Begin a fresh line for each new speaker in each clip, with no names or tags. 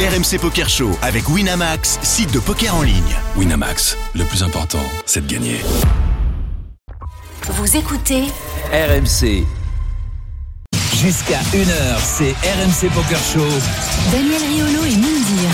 RMC Poker Show avec Winamax, site de poker en ligne.
Winamax, le plus important, c'est de gagner.
Vous écoutez
RMC. Jusqu'à 1h, c'est RMC Poker Show.
Daniel Riolo et Moundir.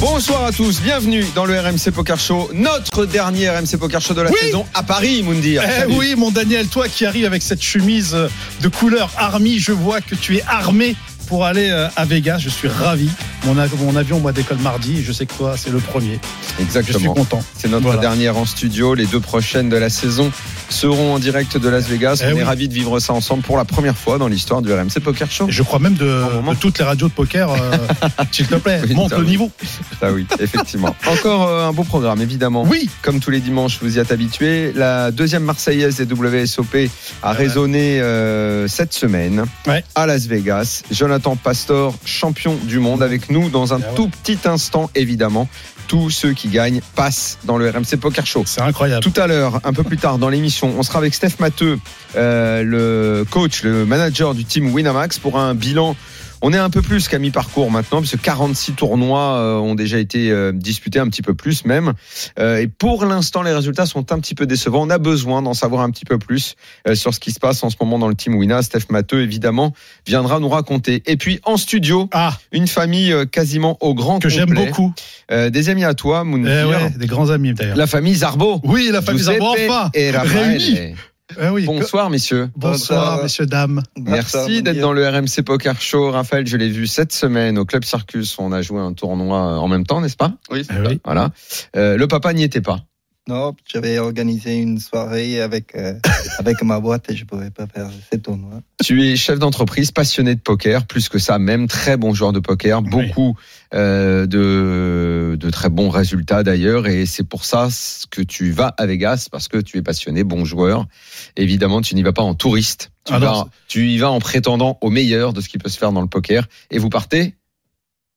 Bonsoir à tous, bienvenue dans le RMC Poker Show, notre dernier RMC Poker Show de la saison à Paris, Moundir.
Eh
Salut.
oui, mon Daniel, toi qui arrives avec cette chemise euh, de couleur army, je vois que tu es armé pour aller euh, à Vegas. Je suis ravi. Mon, av- mon avion, moi, décolle mardi. et Je sais que toi, c'est le premier. Je suis
Exactement.
content.
C'est notre
Voilà.
dernière en studio. Les deux prochaines de la saison seront en direct de Las Vegas.
Eh
On est
oui.
ravis de vivre ça ensemble pour la première fois dans l'histoire du RMC Poker Show.
Et Je crois même de,
moment.
de toutes les radios de poker, euh, s'il te plaît,
Oui,
monte
ça
le
oui.
niveau.
Ah oui, effectivement. Encore euh, un beau programme, évidemment.
Oui,
Comme tous les dimanches, vous y êtes habitués. La deuxième Marseillaise des WSOP a
Ah Ouais.
résonné euh, cette semaine
Ouais.
à Las Vegas. Jonathan Pastor, champion du monde, avec nous dans un
Ah ouais.
tout petit instant, évidemment. Tous ceux qui gagnent passent dans le RMC Poker Show.
c'est incroyable.
Tout à l'heure, un peu plus tard dans l'émission, on sera avec Steph Matteux, euh, le coach, le manager du team Winamax, pour un bilan. On est un peu plus qu'à mi-parcours maintenant, puisque 46 tournois euh, ont déjà été euh, disputés, un petit peu plus même. Euh, et pour l'instant, les résultats sont un petit peu décevants. On a besoin d'en savoir un petit peu plus euh, sur ce qui se passe en ce moment dans le team Wina. Steph Matteux, évidemment, viendra nous raconter. Et puis, en studio,
Ah,
une famille euh, quasiment au grand
que j'aime
complet.
beaucoup.
Euh, des amis à toi,
Eh
Mounir,
ouais, des grands amis d'ailleurs.
la famille Zarbo.
Oui,
Ah,
la famille
Giuseppe
Zarbo, enfin,
et Raphaël.
réunis. Eh oui, que-
Bonsoir, messieurs.
Bonsoir, messieurs, dames.
Merci d'être dans le RMC Poker Show. Raphaël, je l'ai vu cette semaine au Club Circus. On a joué un tournoi en même temps, n'est-ce pas
Oui, c'est
Eh oui.
Voilà. Euh, le papa n'y était pas.
Non, j'avais organisé une soirée avec, euh, avec ma boîte et je pouvais pas faire ce tournoi.
Tu es chef d'entreprise, passionné de poker, plus que ça même, très bon joueur de poker, beaucoup euh, de, de très bons résultats d'ailleurs, et c'est pour ça que tu vas à Vegas, parce que tu es passionné, bon joueur. Évidemment, tu n'y vas pas en touriste, tu,
Ah non,
vas- tu y vas en prétendant au meilleur de ce qui peut se faire dans le poker, et vous partez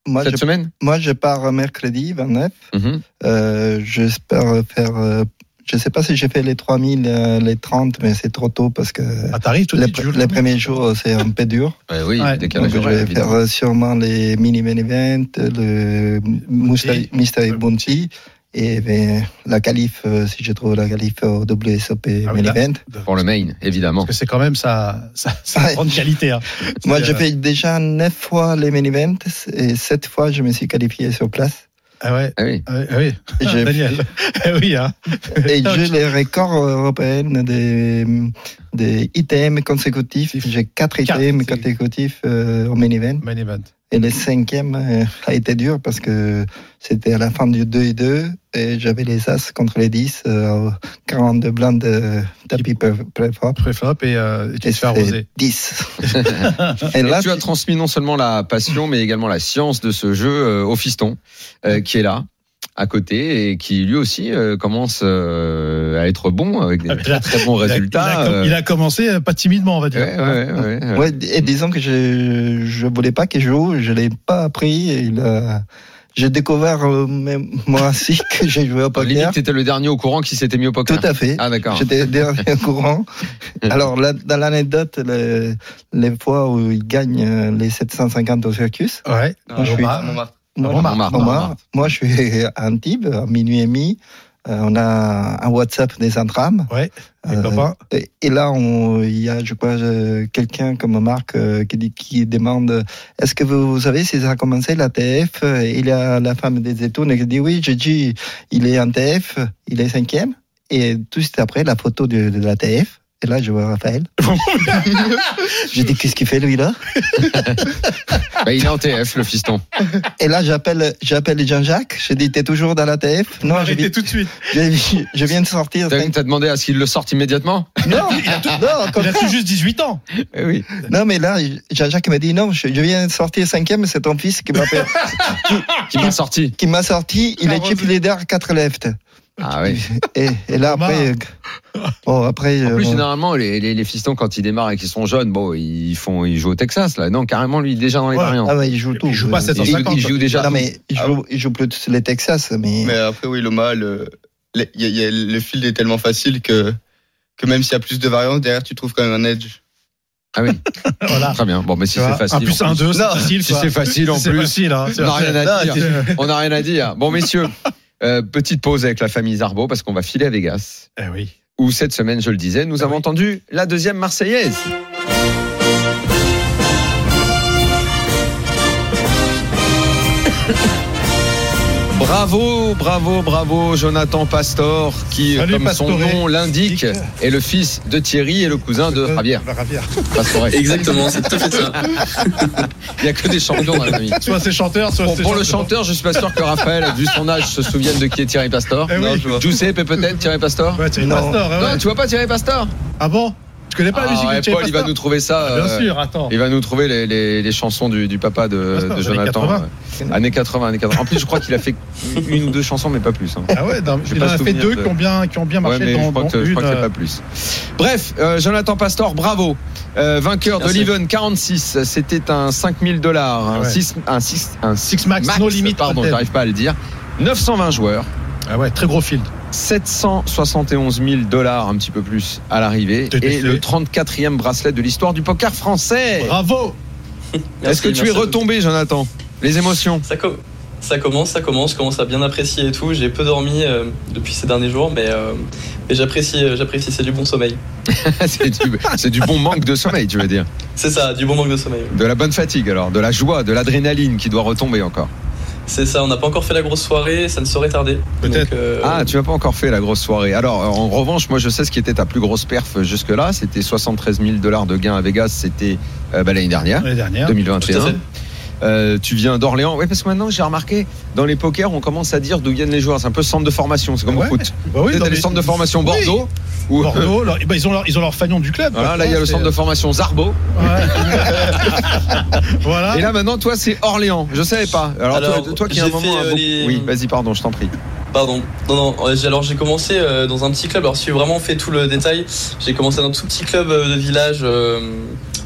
Moi,
cette
je,
semaine
moi, je pars mercredi 29.
Mhm.
Euh, J'espère faire. euh, je sais pas si j'ai fait les 3000, euh, les 30, mais c'est trop tôt parce que
Ah, t'arrives tout de
les,
suite, Jules.
les premiers jours, c'est un peu dur.
Ouais, Euh, oui,
Ouais.
décalage
Donc, je
horaire,
vais faire
évidemment.
euh, sûrement les mini-main events, le Mousta- Mystery
Euh,
Bounty et euh, la qualif, euh, si je trouve la qualif au WSOP
Ah oui,
main
là.
event.
Pour le main, évidemment.
Parce que c'est quand même sa, sa, sa
Ouais.
grande qualité. hein.
Moi,
C'est,
j'ai
euh,
fait déjà neuf fois les main events et sept fois, je me suis qualifié sur place.
Ah ouais.
Ah oui.
Ah oui, ah oui.
Et j'ai-
Daniel. Eh oui, hein.
et j'ai les records européens des, des ITM consécutifs. J'ai quatre
Quatre,
ITM
c'est-
consécutifs euh, au main event.
Main event.
Et le cinquième euh, a été dur parce que c'était à la fin du 2 et 2 et j'avais les As contre les 10, euh, 42 blindes de tapis préfort.
Préflop et, euh, et tu
Et
te fais
c'était
arroser.
10. et là,
Et tu as transmis non seulement la passion, mais également la science de ce jeu euh, au fiston, euh, qui est là, à côté, et qui lui aussi euh, commence euh, à être bon, avec des
Ah, mais là,
très bons
Il a-
résultats.
Il a, com-
euh,
il a commencé euh, pas timidement, on va dire.
ouais, ouais, ouais, ouais.
Ouais, et disons que je je voulais pas qu'il joue, je l'ai pas appris. et il a- J'ai découvert euh, même moi aussi que j'ai joué au
Limite,
poker.
t'étais le dernier au courant qui s'était mis au poker.
Tout à fait.
Ah, d'accord.
J'étais dernier au courant. Alors, là, dans l'anecdote, le- les fois où il gagne euh, les 750 au circus,
Ouais.
Moi, je suis-
Omar.
moi,
Omar.
Montmartre,
Omar,
Montmartre.
moi, je suis à Antibes, à minuit et demi. Euh, on a un WhatsApp des Intrams.
Ouais, les
Euh,
copains.
Et, et là, on- il y a, je crois, euh, quelqu'un comme Marc euh, qui, dit- qui demande euh, Est-ce que vous, vous savez si ça a commencé la TF Et il y a la femme des Zetoun qui dit Oui, j'ai dit, il est en TF, il est cinquième. Et tout de suite après, la photo de, de la TF. Et là, je vois Raphaël. j'ai dit Qu'est-ce qu'il fait, lui, là
Bah, il est en TF, le fiston.
Et là, j'appelle j'appelle Jean-Jacques. Je dis T'es toujours dans la TF Non, je,
Arrêtez
vi-
tout de suite.
je- je viens de sortir.
T'as t'as demandé à ce qu'il le sorte immédiatement
Non, non, au
Il a
contraire.
tout juste 18 ans.
Eh Oui.
Non, mais là, Jean-Jacques m'a dit non, je, je viens de sortir cinquième, c'est ton fils qui m'a, fait-
Qui m'a sorti.
qui m'a sorti, il est chip leader 4 left.
Ah oui.
Et, et là,
Omar.
après. euh, Bon, après.
En plus,
euh,
généralement, les, les, les fistons, quand ils démarrent et qu'ils sont jeunes, bon, ils font, ils jouent au Texas, là. Non, carrément, lui, il est déjà dans les
Ouais.
variantes.
ah ouais, il joue tout.
Il joue pas
Euh,
750.
Il- il joue déjà Ah
Non, mais il joue, il joue plus les Texas, mais.
Mais après, oui, Loma, le, le, y a- y a- le field est tellement facile que, que même s'il y a plus de variantes, derrière, tu trouves quand même un edge.
Ah oui,
Voilà.
très bien. Bon, mais si
Tu vois,
c'est facile.
un plus
en
un deux, c'est
Non,
facile.
si
quoi.
c'est facile en
C'est
plus.
facile, hein.
On n'a rien
Non,
à dire.
t'es-
On n'a rien à dire. Bon, messieurs, euh, petite pause avec la famille Zarbo parce qu'on va filer à Vegas.
Eh oui.
Où cette semaine, je le disais,
Ah
nous avons entendu la deuxième Marseillaise. Bravo, bravo, bravo, Jonathan Pastor, qui,
Salut,
comme son
Pastore.
nom l'indique, est le fils de Thierry et le cousin de Javier
La Ravière.
Pastore.
Exactement, c'est tout à fait ça.
Il n'y a que des champions dans la famille.
Soit c'est chanteur, soit
Bon,
c'est
pour le chanteur, je suis pas sûr que Raphaël, vu son âge, se souvienne de qui est Thierry Pastor.
Eh oui.
Non, je vois. Giuseppe peut-être Thierry Pastor
Ouais, Thierry
Non.
Pastor, hein, ouais,
Non,
ouais.
tu vois pas Thierry Pastor
Ah bon Tu connais pas la
Ah,
musique
ouais,
de Thierry
Paul, il va
Pastor
nous trouver ça.
Bien
euh,
sûr, attends.
Il va nous trouver les, les- les chansons du, du papa de,
Pastor,
de
des années
Jonathan.
80.
euh, Années 80, années 80. En plus, je crois qu'il a fait une ou deux chansons, mais pas plus. hein.
Ah ouais, non,
J'ai
il
pas
en a fait
souvenir
deux
de-
qui, ont bien, qui ont bien
Ouais,
marché
mais
dans,
je crois
dans
que, je
une.
crois que c'est
euh,
pas plus. Bref, euh, Jonathan Pastor, bravo. Euh, vainqueur
Merci.
de l'Even 46, c'était un 5000 dollars, un
Ouais.
6 un six- un
Six max,
max,
no limit.
Pardon,
peut-être.
j'arrive pas à le dire. 920 joueurs,
Ah ouais, très gros field.
771 000 dollars, un petit peu plus à l'arrivée,
T'es
et
déçu.
le 34e bracelet de l'histoire du poker français.
Bravo
Est-ce que
Merci,
tu es
merci.
retombé, Jonathan Les émotions
ça, com- ça commence, ça commence, je commence à bien apprécier et tout. J'ai peu dormi euh, depuis ces derniers jours, mais, euh, mais j'apprécie, euh, j'apprécie, c'est du bon sommeil.
C'est du, c'est du bon manque de sommeil, tu veux dire.
C'est ça, du bon manque de sommeil.
De la bonne fatigue, alors, de la joie, de l'adrénaline qui doit retomber encore.
C'est ça, on n'a pas encore fait la grosse soirée, ça ne saurait tarder.
Peut-être.
Donc, euh,
Ah, tu n'as pas encore fait la grosse soirée. Alors, euh, en revanche, moi, je sais ce qui était ta plus grosse perf jusque-là. C'était 73 000 dollars de gains à Vegas. C'était euh, bah, l'année dernière,
L'année dernière.
tout à
2021.
fait.
Euh, tu viens d'Orléans. Oui, parce que maintenant, j'ai remarqué, dans les pokers, on commence à dire d'où viennent les joueurs. C'est un peu centre de formation. C'est comme
Ouais.
au foot.
Bah oui,
Tu sais,
dans
t'as les
les-
centres de formation Bordeaux. Où,
Bordeaux, leur- eh ben, ils, ont leur, ils ont leur fanion du club.
Voilà, là, il y a le centre de formation Zarbo.
Ouais. voilà.
Et là, maintenant, toi, c'est Orléans. Je savais pas. Alors, toi- toi,
Alors,
qui à un
j'ai
moment.
fait,
a
euh,
beaucoup-
les-
Oui, vas-y, pardon, je t'en prie.
Pardon. Non, non. euh, j'ai- Alors j'ai commencé euh, dans un petit club. Alors si vraiment on fait tout le détail, j'ai commencé dans un tout petit club euh, de village. euh,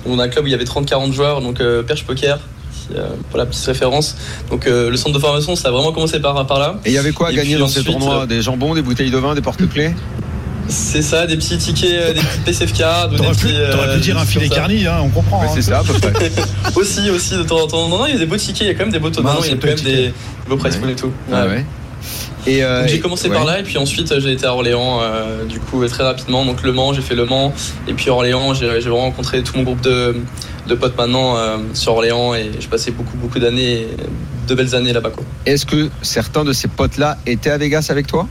on a un club où il y avait 30-40 joueurs, donc euh, Perche Poker, si, euh, pour la petite référence. Donc euh, le centre de formation, ça a vraiment commencé par, par là.
Et il y avait quoi à
Et
gagner
puis
dans ces
ensuite,
tournois
euh,
Des jambons, des bouteilles de vin, des porte-clés
C'est ça, des petits tickets, euh, des petits PCFK, des
T'aurais pu,
petits, euh,
t'aurais pu dire
des
un
petits
filet
comme ça.
garni, hein, on comprend.
Ouais,
hein.
C'est ça, à peu près.
Aussi, aussi de temps en temps. Non, non, il y a des beaux tickets, il y a quand même des beaux
Mince,
tournois, il y a
le
quand même
petit
des,
ticket.
des beaux prize
Ouais.
pools et tout.
Ah
Ouais.
ouais. Et euh,
Donc, j'ai
et-
commencé par
ouais.
là et puis ensuite euh, j'ai été à Orléans euh, du coup euh, très rapidement donc Le Mans j'ai fait Le Mans et puis Orléans j'ai j'ai vraiment rencontré tout mon groupe de, de potes maintenant euh, sur Orléans et j'ai passé beaucoup beaucoup d'années et de belles années là-bas quoi.
Est-ce que certains de ces potes-là étaient à Vegas avec toi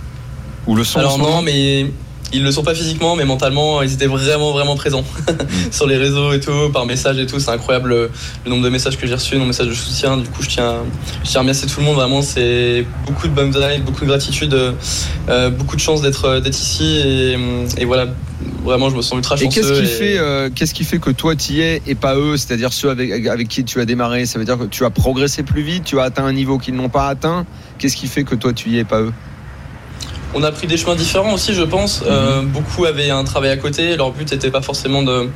Ou le sont en
Alors
ce moment
non mais ils le sont pas physiquement mais mentalement ils étaient vraiment vraiment présents
Mm.
sur les réseaux et tout par message et tout c'est incroyable euh, le nombre de messages que j'ai reçus, nombre de messages de soutien du coup je tiens je tiens à remercier tout le monde vraiment c'est beaucoup de bonnes vibes, beaucoup de gratitude euh, euh, beaucoup de chance d'être euh, d'être ici et, euh, et voilà vraiment je me sens ultra
Et
chanceux
qu'est-ce qui fait, euh, qu'est-ce qui fait que toi t'y es et pas eux C'est-à-dire ceux avec, avec qui tu as démarré Ça veut dire que tu as progressé plus vite, tu as atteint un niveau qu'ils n'ont pas atteint. Qu'est-ce qui fait que toi tu y es, pas eux
On a pris des chemins différents aussi, je pense. Euh, beaucoup avaient un travail à côté. Leur but n'était pas forcément de,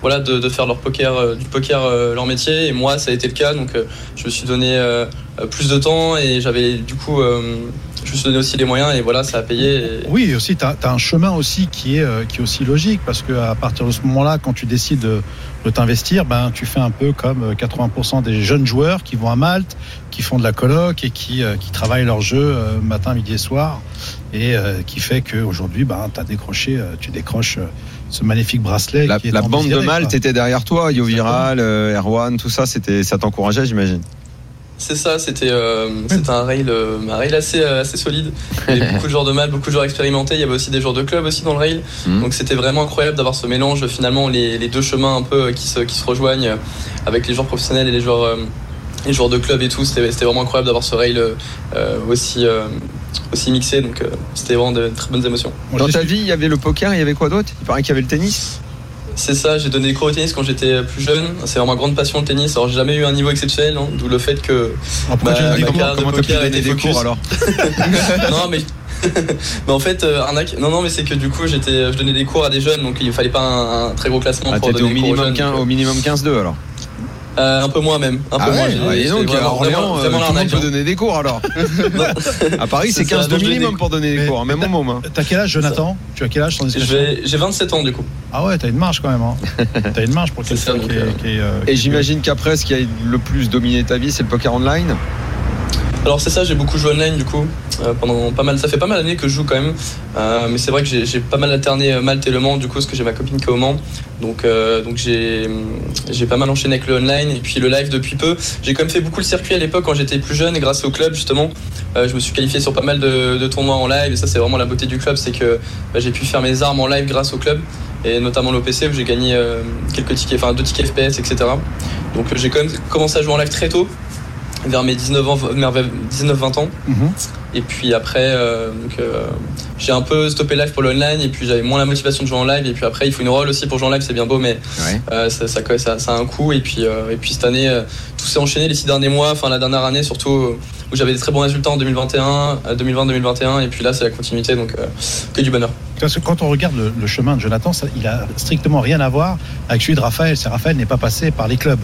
voilà, de, de faire leur poker, euh, du poker euh, leur métier. Et moi, ça a été le cas. Donc, euh, je me suis donné euh, euh, plus de temps et j'avais du coup, euh, je me suis donné aussi les moyens. Et voilà, ça a payé. Et-
Oui, aussi, tu as, un chemin aussi qui est, euh, qui est aussi logique, parce que à partir de ce moment-là, quand tu décides de, de t'investir, ben, tu fais un peu comme euh, 80% des jeunes joueurs qui vont à Malte, qui font de la coloc et qui, euh, qui travaillent leur jeu euh, matin, midi et soir, et euh, qui fait qu'aujourd'hui, ben, tu as décroché, euh, tu décroches euh, ce magnifique bracelet.
La,
qui est
la
tant
bande de
désiré,
Malte
quoi.
était derrière toi, Yo Viral, euh, Erwan, tout ça, c'était, ça t'encourageait, j'imagine.
C'est ça, c'était euh, c'était un rail, euh, un rail assez, euh, assez solide. Il y avait beaucoup de joueurs de mal, beaucoup de joueurs expérimentés. Il y avait aussi des joueurs de club aussi dans le rail.
Mhm.
Donc c'était vraiment incroyable d'avoir ce mélange, finalement, les, les deux chemins un peu euh, qui se, qui se rejoignent euh, avec les joueurs professionnels et les joueurs, euh, les joueurs de club et tout. C'était c'était vraiment incroyable d'avoir ce rail euh, euh, aussi, euh, aussi mixé. Donc euh, c'était vraiment de très bonnes émotions.
Moi,
Dans
j'ai
ta
su-
vie, il y avait le poker, il y avait quoi d'autre Il paraît qu'il y avait le tennis.
C'est ça, j'ai donné des cours au tennis quand j'étais plus jeune. C'est vraiment ma grande passion le tennis. Alors j'ai jamais eu un niveau exceptionnel, hein, d'où le fait que
Ah, pourquoi
Bah,
tu me dis
ma
comment
carte de
Comment t'as pu
poker
donner
était
des
focus.
cours alors
non mais mais en fait euh, arnaque non non mais c'est que du coup j'étais je donnais des cours à des jeunes donc il fallait pas un, un très gros classement
Ah,
pour
t'étais
donner
au
des cours aux
minimum
jeunes
15
donc,
au minimum 15-2 alors.
euh, Euh, un peu moins même. Un peu
Ah
moins.
ouais,
j'ai-
ouais, dis
j'ai
donc, à
vraiment-
Orléans,
vraiment- vraiment
euh, tout le monde
l'arnaque,
peut
hein.
donner des cours alors. à Paris, c'est
C'est ça,
15 de
donc je donne
minimum
des
pour donner des
Mais
cours, hein, même au môme. hein.
T'as quel âge, Jonathan Tu as quel âge sans
Je
hésitation
vais- J'ai 27 ans du coup.
Ah ouais, t'as une marge quand même. Hein. T'as une marge pour
C'est ça,
quelqu'un
donc,
qui, est-
euh,
qui est, euh,
Et j'imagine qu'après, ce qui a le plus dominé ta vie, c'est le poker online.
Alors c'est ça, j'ai beaucoup joué online du coup euh, pendant pas mal. Ça fait pas mal d'années que je joue quand même, Euh, mais c'est vrai que j'ai j'ai pas mal alterné euh, Malte et Le Mans du coup parce que j'ai ma copine qui est au Mans, donc euh, donc j'ai j'ai pas mal enchaîné avec le online et puis le live depuis peu. J'ai quand même fait beaucoup le circuit à l'époque quand j'étais plus jeune et grâce au club justement, euh, je me suis qualifié sur pas mal de, de tournois en live et ça c'est vraiment la beauté du club, c'est que bah, j'ai pu faire mes armes en live grâce au club et notamment l'OPC où j'ai gagné euh, quelques tickets, enfin deux tickets FPS etc. Donc euh, j'ai quand même commencé à jouer en live très tôt vers mes 19 ans, vers mes 19-20 ans.
Mhm.
Et puis après, euh, donc, euh, j'ai un peu stoppé live pour le online et puis j'avais moins la motivation de jouer en live. Et puis après, il faut une rôle aussi pour jouer en live, c'est bien beau, mais
Ouais.
euh, ça, ça, ça- ça a un coût. Et puis, euh, et puis cette année, euh, tout s'est enchaîné les six derniers mois, enfin la dernière année surtout, euh, où j'avais des très bons résultats en 2021, euh, 2020-2021. Et puis là, c'est la continuité, donc euh, que du bonheur.
Parce que quand on regarde le, le chemin de Jonathan, ça- il a strictement rien à voir avec celui de Raphaël. C'est Raphaël n'est pas passé par les clubs.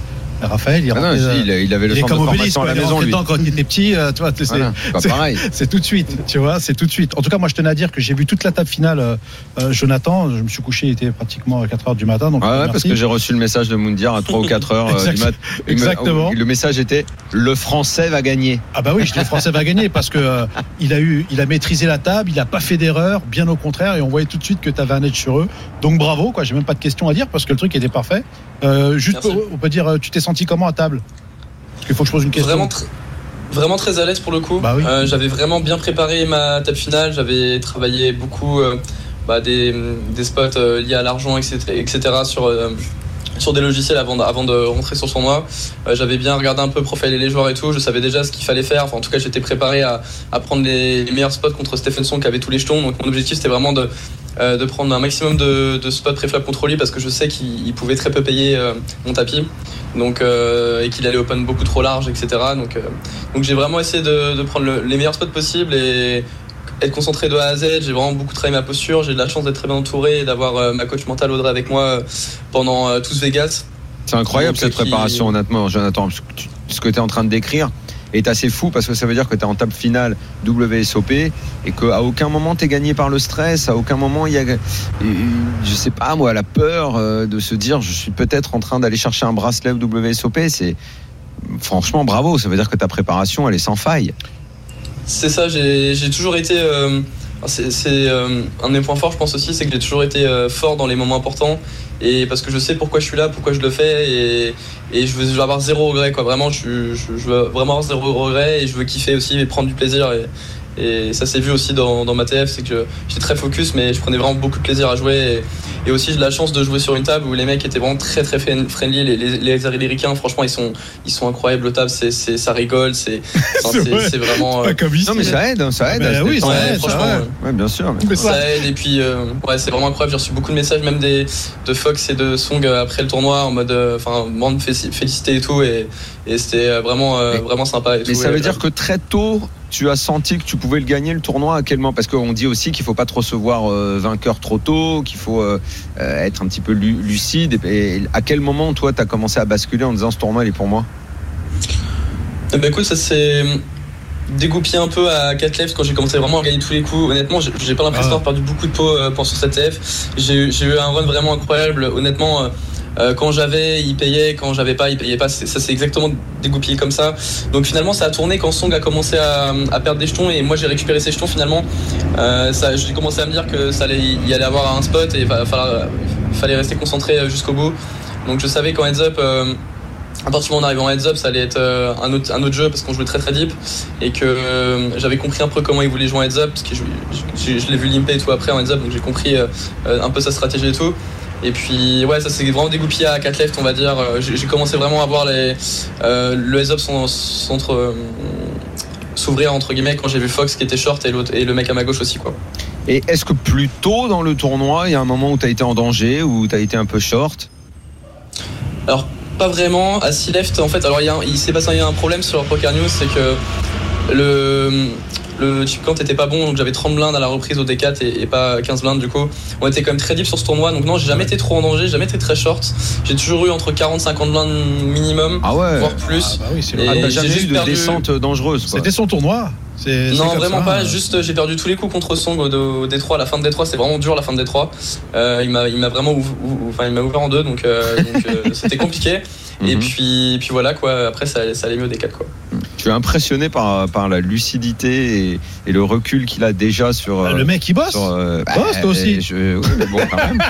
Raphaël, il,
Ah non,
rentrait, euh,
il, a- il avait le
il est
centre de
comme Obélix,
formation à
quoi,
la
il est
maison,
rentré
lui.
dedans quand il était petit. euh, tu vois, c'est-
Voilà, c'est pas
c'est-
pareil.
C'est tout de suite, tu vois, c'est tout de suite. En tout cas, moi, je tenais à dire que j'ai vu toute la table finale, euh, euh, Jonathan. Je me suis couché, il était pratiquement 4 heures du matin. Donc
Ouais, Ah ouais,
merci.
parce que j'ai reçu le message de Moundir à 3 ou 4 heures euh, du
Exact-
mat. Il me-
exactement.
Le message était Le français va gagner.
Ah bah oui, je dis, le Français va gagner parce que euh, il a eu, il a maîtrisé la table, il n'a pas fait d'erreur, bien au contraire, et on voyait tout de suite que tu avais un edge sur eux. Donc bravo, quoi. J'ai même pas de questions à dire parce que le truc était parfait. Euh, juste,
Merci.
pour- on peut dire, euh, tu t'es senti comment à table Parce qu'il faut que je pose une question.
Vraiment, tr- vraiment très à l'aise pour le coup.
Bah oui.
Euh, j'avais vraiment bien préparé ma table finale. J'avais travaillé beaucoup euh, bah, des, des spots euh, liés à l'argent, etc., etc. sur euh, sur des logiciels avant de, avant de rentrer sur son mois. Euh, j'avais bien regardé un peu profiler les joueurs et tout. Je savais déjà ce qu'il fallait faire. Enfin, en tout cas, j'étais préparé à, à prendre les, les meilleurs spots contre Stephenson qui avait tous les jetons. Donc mon objectif c'était vraiment de euh, de prendre un maximum de, de spots préflop contre lui parce que je sais qu'il il pouvait très peu payer euh, mon tapis donc euh, et qu'il allait open beaucoup trop large, etc. Donc, euh, donc j'ai vraiment essayé de, de prendre le- les meilleurs spots possibles et être concentré de A à Z. J'ai vraiment beaucoup travaillé ma posture. J'ai de la chance d'être très bien entouré et d'avoir euh, ma coach mentale Audrey avec moi euh, pendant euh, tout ce Vegas.
C'est incroyable
Donc, euh,
cette
qui-
préparation, honnêtement, Jonathan. parce que tu- Ce que tu es en train de décrire est assez fou parce que ça veut dire que tu es en table finale WSOP et qu'à aucun moment tu es gagné par le stress, à aucun moment il y a, je sais pas moi, la peur euh, de se dire je suis peut-être en train d'aller chercher un bracelet WSOP. C'est franchement bravo, ça veut dire que ta préparation elle est sans faille.
C'est ça, j'ai j'ai toujours été. euh, c'est c'est, euh, un de mes points forts, je pense aussi, c'est que j'ai toujours été euh, fort dans les moments importants. Et parce que je sais pourquoi je suis là, pourquoi je le fais, et, et je veux je veux avoir zéro regret, quoi. Vraiment, je, je- je veux vraiment avoir zéro regret, et je veux kiffer aussi et prendre du plaisir. Et, et ça s'est vu aussi dans, dans ma TF, c'est que je- j'étais très focus, mais je prenais vraiment beaucoup de plaisir à jouer. Et, et aussi, j'ai de la chance de jouer sur une table où les mecs étaient vraiment très très friend- friendly. Les, les, les Américains, franchement, ils sont, ils sont incroyables. Le table, c'est c'est- ça rigole, c'est enfin,
C'est
c'est-
vrai.
c'est vraiment. euh,
Pas comme ici.
Non mais ça aide, hein, ça aide.
Mais
à se
Ah, bah oui,
détendre.
ça
Ouais,
aide, ça
franchement,
aide.
Ouais, bien sûr. bien
Mais
sûr.
ça-
ça aide et puis euh, ouais c'est vraiment incroyable j'ai reçu beaucoup de messages même des de Fox et de Song euh, après le tournoi en mode euh, enfin vraiment me fé- féliciter et tout et, et c'était euh, vraiment euh,
Mais-
vraiment sympa et
Mais
tout,
ça
et,
veut
euh,
dire que très tôt, tu as senti que tu pouvais le gagner le tournoi à quel moment Parce qu'on dit aussi qu'il faut pas trop se voir euh, vainqueur trop tôt, qu'il faut euh, euh, être un petit peu lu- lucide. Et, et à quel moment, toi, tu as commencé à basculer en disant ce tournoi, il est pour moi
Eh ben, écoute, ça s'est dégoupillé un peu à 4 lives quand j'ai commencé vraiment à gagner tous les coups. Honnêtement, j'ai- j'ai pas l'impression
Ah.
d'avoir perdu beaucoup de pots euh, pour- sur cette TF. J'ai eu j'ai eu un run vraiment incroyable. Honnêtement, euh, euh, quand j'avais, il payait. Quand j'avais pas, il payait pas. C'est- Ça s'est exactement dégoupillé comme ça. Donc finalement, ça a tourné quand Song a commencé à, à perdre des jetons et moi j'ai récupéré ces jetons finalement. Euh, ça- J'ai commencé à me dire que ça allait, il y allait avoir un spot et il va falloir- il fallait rester concentré euh, jusqu'au bout. Donc je savais qu'en heads up, euh, à partir du moment où on arrivait en heads up, ça allait être euh, un autre, un autre jeu parce qu'on jouait très très deep et que euh, j'avais compris un peu comment il voulait jouer en heads up parce que je, je- je l'ai vu limper et tout après en heads up donc j'ai compris euh, euh, un peu sa stratégie et tout. Et puis ouais ça s'est vraiment dégoupillé à 4 left on va dire. Euh, J'ai j'ai commencé vraiment à voir les, euh, le heads up s'en- s'entre- euh, s'ouvrir entre guillemets quand j'ai vu Fox qui était short et, l'autre- et le mec à ma gauche aussi quoi.
Et est-ce que plus tôt dans le tournoi, il y a un moment où tu as été en danger, où tu as été un peu short
Alors, pas vraiment. À Sea left en fait, alors il, y a un- il s'est passé un problème sur Poker News, c'est que le, le chip count était pas bon, donc j'avais 30 blindes à la reprise au D4 et, et pas 15 blindes du coup. On était quand même très deep sur ce tournoi, donc non, j'ai jamais été trop en danger, j'ai jamais été très short. J'ai toujours eu entre 40-50 blindes minimum,
Ah ouais.
voire plus.
bah oui, c'est
Et
Ah, t'as
j'ai
jamais
juste
eu de
perdu-
descente dangereuse. quoi.
C'était son tournoi. C'est- c'est
Non,
comme
vraiment
ça. hein.
pas. Juste, euh, j'ai perdu tous les coups contre Song au, au D3. La fin de D3, c'est vraiment dur. La fin de D3, euh, il m'a, il m'a vraiment, ouv- ou- ou- enfin, il m'a ouvert en deux, donc, euh, donc, euh, c'était compliqué. Et
Mhm.
puis, puis voilà quoi. Après, ça, ça allait mieux au D4 quoi.
Je suis impressionné par, par la lucidité et, et le recul qu'il a déjà sur.
Bah,
euh,
Le mec, il bosse.
sur, euh,
Bosse, toi aussi.
je- oui, mais bon, quand même.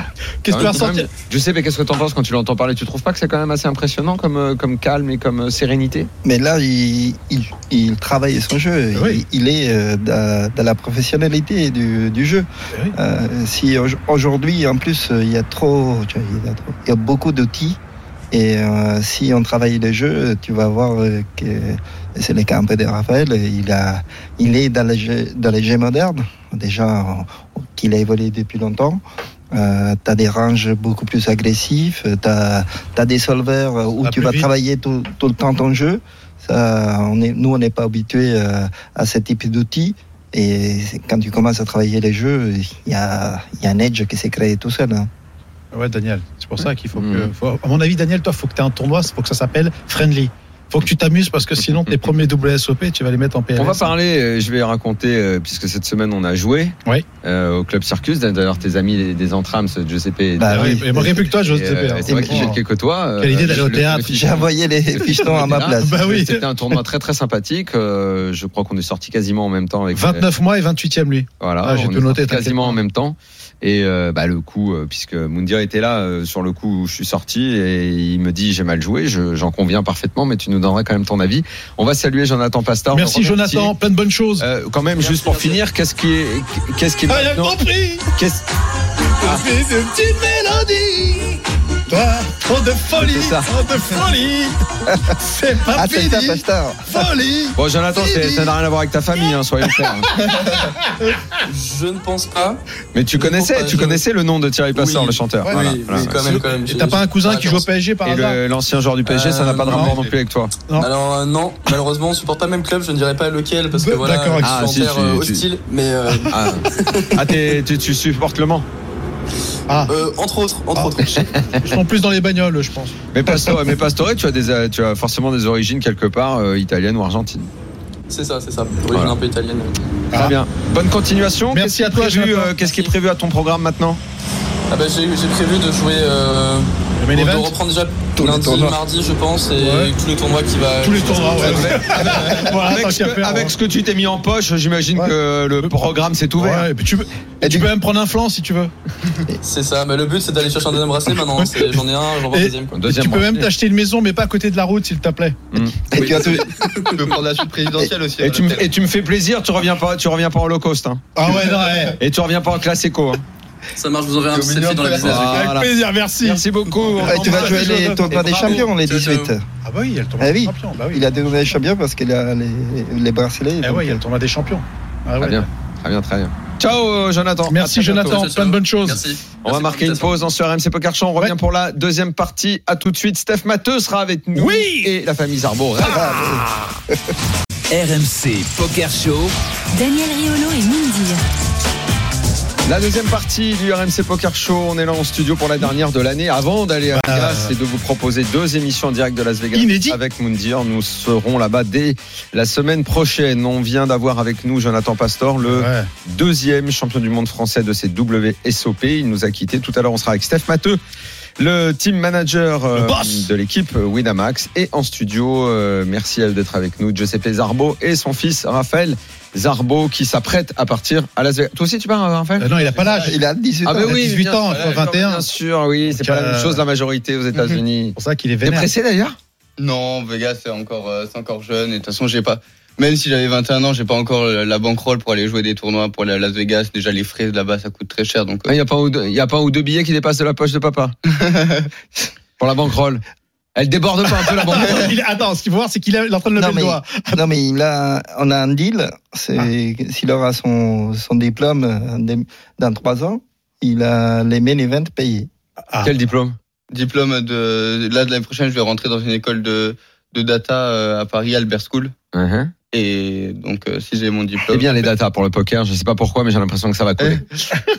Qu'est-ce que tu
Ah Quand
vas
même,
ressentir
Je sais, mais qu'est-ce que t'en penses quand tu l'entends parler Tu trouves pas que c'est quand même assez impressionnant comme, euh, comme calme et comme euh, sérénité
Mais là, il, il, il travaille son jeu.
Ah Oui.
Il, il est euh, dans, dans la professionnalité du, du jeu.
Ah Oui.
Euh, si au- aujourd'hui, en plus, euh, il y a trop, tu vois, il y a, trop- il y a beaucoup d'outils. Et euh, si on travaille le jeu, tu vas voir euh, que c'est le cas un peu de Raphaël. Il a, il est dans les jeux, dans les jeux modernes. Déjà, euh, qu'il a évolué depuis longtemps. Euh, t'as des ranges beaucoup plus agressifs, euh, t'as as des solvers où
va
tu
plus
vas
vite.
travailler tout, tout le temps ton jeu. Ça, on est, nous, on n'est pas habitué à ce type d'outils. Et c'est- quand tu commences à travailler les jeux, il y a, il y a un edge qui s'est créé tout seul. hein.
Ouais, Daniel. C'est pour ça qu'il faut
Mm.
que. faut- à mon avis, Daniel, toi, faut que tu aies un tournoi, faut que ça s'appelle Friendly. Faut que tu t'amuses parce que sinon, tes premiers WSOP, tu vas les mettre en PLS.
On va parler, euh, je vais raconter, euh, puisque cette semaine on a joué
Oui.
euh, au Club Circus. D'ailleurs, tes amis des- des Entrams, JCP et
Bah
Ah oui,
oui.
il manquerait plus que toi,
Et, euh,
José Tépé, hein.
c'est vrai qu'il
Franchement.
quelques toits. euh,
Quelle idée d'aller au
le- le
théâtre.
fichier-
J'ai envoyé les fichetons à ma place.
Bah oui.
C'était un tournoi très très sympathique. euh, je crois qu'on est sorti quasiment en même temps avec
29 mois et 28e, lui.
Voilà,
Ah, j'ai
on
tout
est
noté,
sortis
t'inquiète
quasiment
pas.
en même temps. Et euh, bah, le coup, euh, puisque Mundia était là euh, sur le coup où je suis sorti et il me dit j'ai mal joué, je- j'en conviens parfaitement, mais tu nous donneras quand même ton avis. On va saluer Jonathan Pastard.
Merci,
On va remercier-
Jonathan. Plein de bonnes choses.
Euh, quand même,
Merci,
juste pour
merci.
finir, qu'est-ce qui est, qu'est-ce qui est
Ah, il a
maintenant-
compris
qu'est-ce- Ah.
C'est une petite mélodie. Toi, trop de folie.
C'était ça.
Trop de folie. C'est pas
Ah, c'est
fini.
ça, Pasteur.
Folie.
Bon, Jonathan, c'est- ça n'a rien à voir avec ta famille, hein, soyons clairs. hein.
Je ne pense pas.
Mais tu
Je comprends
connaissais,
pas,
tu
je-
connaissais le nom de Thierry Passard,
Oui.
le chanteur.
Ouais,
Voilà,
oui,
voilà.
oui, quand même, quand même. Bah,
Et t'as pas un cousin qui joue au PSG par
Et
hasard
le- l'ancien joueur du PSG, ça n'a pas de
Euh,
rapport
non.
non plus avec toi.
Non.
Alors euh, non, malheureusement, on supporte pas le même club. Je ne dirais pas lequel parce que
Bah,
voilà,
d'accord,
je suis
ah,
en
si,
terre,
tu-
euh,
tu-
hostile. Mais euh,
Ah, Ah, t'es- tu, tu supportes le Mans.
Ah,
euh, entre autres, entre
Ah.
autres.
ils sont plus dans les bagnoles, je pense.
Mais Pastore, mais Pastore, tu as des, euh, tu as forcément des origines quelque part euh, italienne ou argentine.
C'est ça, c'est ça. Origine
Voilà.
un peu italienne.
Ah.
Très bien. Bonne continuation. Qu'est-ce
Merci à
qui est
toi,
prévu,
Jonathan.
euh, Qu'est-ce qui est prévu à ton programme maintenant
Ah bah, j'ai j'ai prévu de jouer. Euh,
Le main
de
event
reprendre déjà
Tous les
lundi,
tournois.
mardi, je pense, et
Ouais.
tous les tournois qui va.
Tous les tournois, ouais. Voilà,
Avec,
tant
ce
qu'à
que,
faire,
avec
hein.
ce que tu t'es mis en poche, j'imagine
Ouais.
que le programme s'est ouvert.
Ouais, et puis tu peux, et tu peux même prendre un flanc si tu veux.
C'est ça, mais le but c'est d'aller chercher un deuxième bracelet maintenant. c'est- J'en ai un, j'en vois un
Et-
deuxième. Quoi.
Deuxième
tu peux même
bracelet.
t'acheter une maison, mais pas à côté de la route, s'il te plaît.
Et tu as tout-
Tu peux prendre la suite présidentielle aussi. hein.
Et tu, me, et tu me fais plaisir, tu reviens pas, tu reviens pas en low cost, hein.
Ah ouais, non, ouais.
Et tu reviens pas en classe éco. hein.
Ça marche, je vous enverrai un
Au
petit
milieu,
selfie dans la
on fait
business.
la-
Voilà.
Avec plaisir, merci.
Merci beaucoup. On
Ouais, tu vas
embrasse
bah,
jouer les
Jonathan.
tournois des
bravo.
champions, les
Ciao, ciao.
18.
Ah bah oui, il y a le tournoi
Ah
des
oui.
champions. Bah oui.
Il a tourné les champions parce qu'il a les, les bracelets.
Eh
donc,
ouais, il y a le tournoi des champions. Ah
Très
ouais.
bien, très bien, très bien. Ciao euh, Jonathan.
Merci
À très bientôt.
Jonathan,
Ciao, ciao.
plein de bonnes choses.
Merci.
On va marquer une pause dans ce RMC Poker Show. On revient pour la deuxième partie. À tout de suite. Steph Matteux sera avec nous.
Oui. Ah.
Et la famille Zarbo.
RMC Poker Show.
Daniel Riolo et Mindir.
La deuxième partie du RMC Poker Show. On est là en studio pour la dernière de l'année. Avant d'aller à
Bah,
Vegas et de vous proposer deux émissions en direct de Las Vegas
Inédit.
avec Moundir, nous serons là-bas dès la semaine prochaine. On vient d'avoir avec nous Jonathan Pastor, le
Ouais.
deuxième champion du monde français de ces WSOP. Il nous a quitté tout à l'heure. On sera avec Steph Matteux, le team manager euh,
boss.
de l'équipe euh, Winamax. Et en studio, euh, merci à eux d'être avec nous, Giuseppe Zarbo et son fils Raphaël Zarbo qui s'apprête à partir à Las Vegas. Toi aussi, tu pars, euh, Raphaël
Euh, non, il a pas l'âge. Ah bah
Il a 18 ans.
ben
oui. 18
bien-
ans,
voilà,
toi, 21.
Bien sûr, oui, c'est
Donc,
pas la
euh,
même chose la majorité aux États-Unis.
C'est pour ça qu'il est
T'es
vénère.
pressé d'ailleurs
Non, Vegas, c'est encore, euh, c'est encore jeune. Et de toute façon, j'ai pas. Même si j'avais 21 ans, j'ai pas encore la la bankroll pour aller jouer des tournois pour aller à Las Vegas. Déjà, les frais là-bas, ça coûte très cher. Donc,
Il n'y a, pas un ou deux- y a pas un ou deux billets qui dépassent de la poche de papa pour la banquerolle. Elle déborde pas un peu la banquerolle.
Il- Attends, ce qu'il faut voir, c'est qu'il est en train de lever
Non,
le
mais-
doigt.
Non, mais il a, on a un deal. C'est, S'il aura son, son diplôme euh, dé- dans 3 ans, il a les main events payés.
Ah.
Quel diplôme
diplôme de là de l'année prochaine, je vais rentrer dans une école de de data euh, à Paris, Albert School. Et donc, euh, si j'ai mon diplôme.
C'est Uh-huh. Eh bien les datas pour le poker, je sais pas pourquoi, mais j'ai l'impression que ça va coller.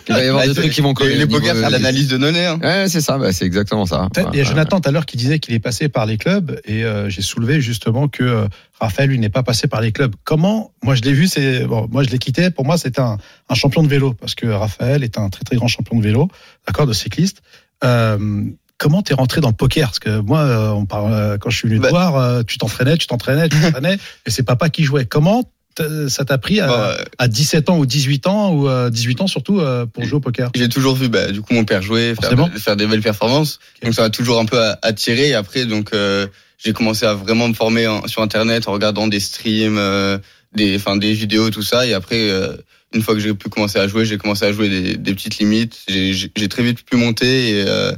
Il va y avoir
Bah,
des
c'est-
trucs qui vont coller.
les- Les
niveau- euh,
pokers, c'est l'analyse de données. hein.
Ouais, c'est ça, bah, c'est exactement ça.
Peut-être, Il y a Jonathan tout à l'heure qui disait qu'il est passé par les clubs et euh, j'ai soulevé justement que euh, Raphaël lui n'est pas passé par les clubs. Comment Moi je l'ai vu, c'est bon, moi je l'ai quitté. Pour moi c'était un, un champion de vélo parce que Raphaël est un très très grand champion de vélo, d'accord, de cycliste. Euh, Comment t'es rentré dans le poker Parce que moi, euh, on parle, euh, quand je suis venu te
Bah.
voir, euh, tu t'entraînais, tu t'entraînais, tu t'entraînais, et c'est papa qui jouait. Comment t- ça t'a pris à,
Bah, euh,
à 17 ans ou 18 ans ou euh, 18 ans surtout euh, pour jouer au poker
j'ai toujours vu, bah, du coup, mon père jouer, faire,
Forcément.
faire des belles performances. Donc, ça m'a toujours un peu a- attiré. Et après, donc, euh, j'ai commencé à vraiment me former en- sur Internet en regardant des streams, euh, des, enfin, des vidéos, tout ça. Et après, euh, une fois que j'ai pu commencer à jouer, j'ai commencé à jouer des, des petites limites. J'ai- J'ai j'ai très vite pu monter. Et euh,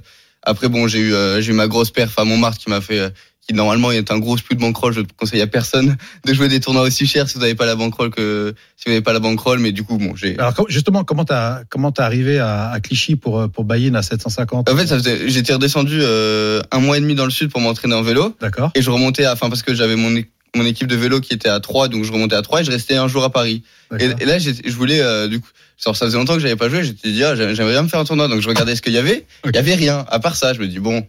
après, bon, j'ai eu, euh, j'ai eu ma grosse perf à Montmartre qui m'a fait, euh, qui normalement est un gros plus de bankroll. Je ne conseille à personne de jouer des tournois aussi chers si vous n'avez pas la bankroll que si vous n'avez pas la bankroll. Mais du coup, bon, j'ai
Alors com- justement, comment t'as comment t'es arrivé à, à Clichy pour euh, pour buy-in à 750
En fait, ça faisait- j'étais redescendu euh, un mois et demi dans le sud pour m'entraîner en vélo
D'accord.
et je remontais à, enfin parce que j'avais mon é- mon équipe de vélo qui était à 3 donc je remontais à 3 et je restais un jour à Paris. Et,
d'accord.
et là, j'étais- je voulais, euh, du coup, genre, ça faisait longtemps que j'avais pas joué. J'étais dit, ah, j'aimerais bien me faire un tournoi. Donc, je regardais ce qu'il y avait. Il y avait rien. À part ça, je me dis bon.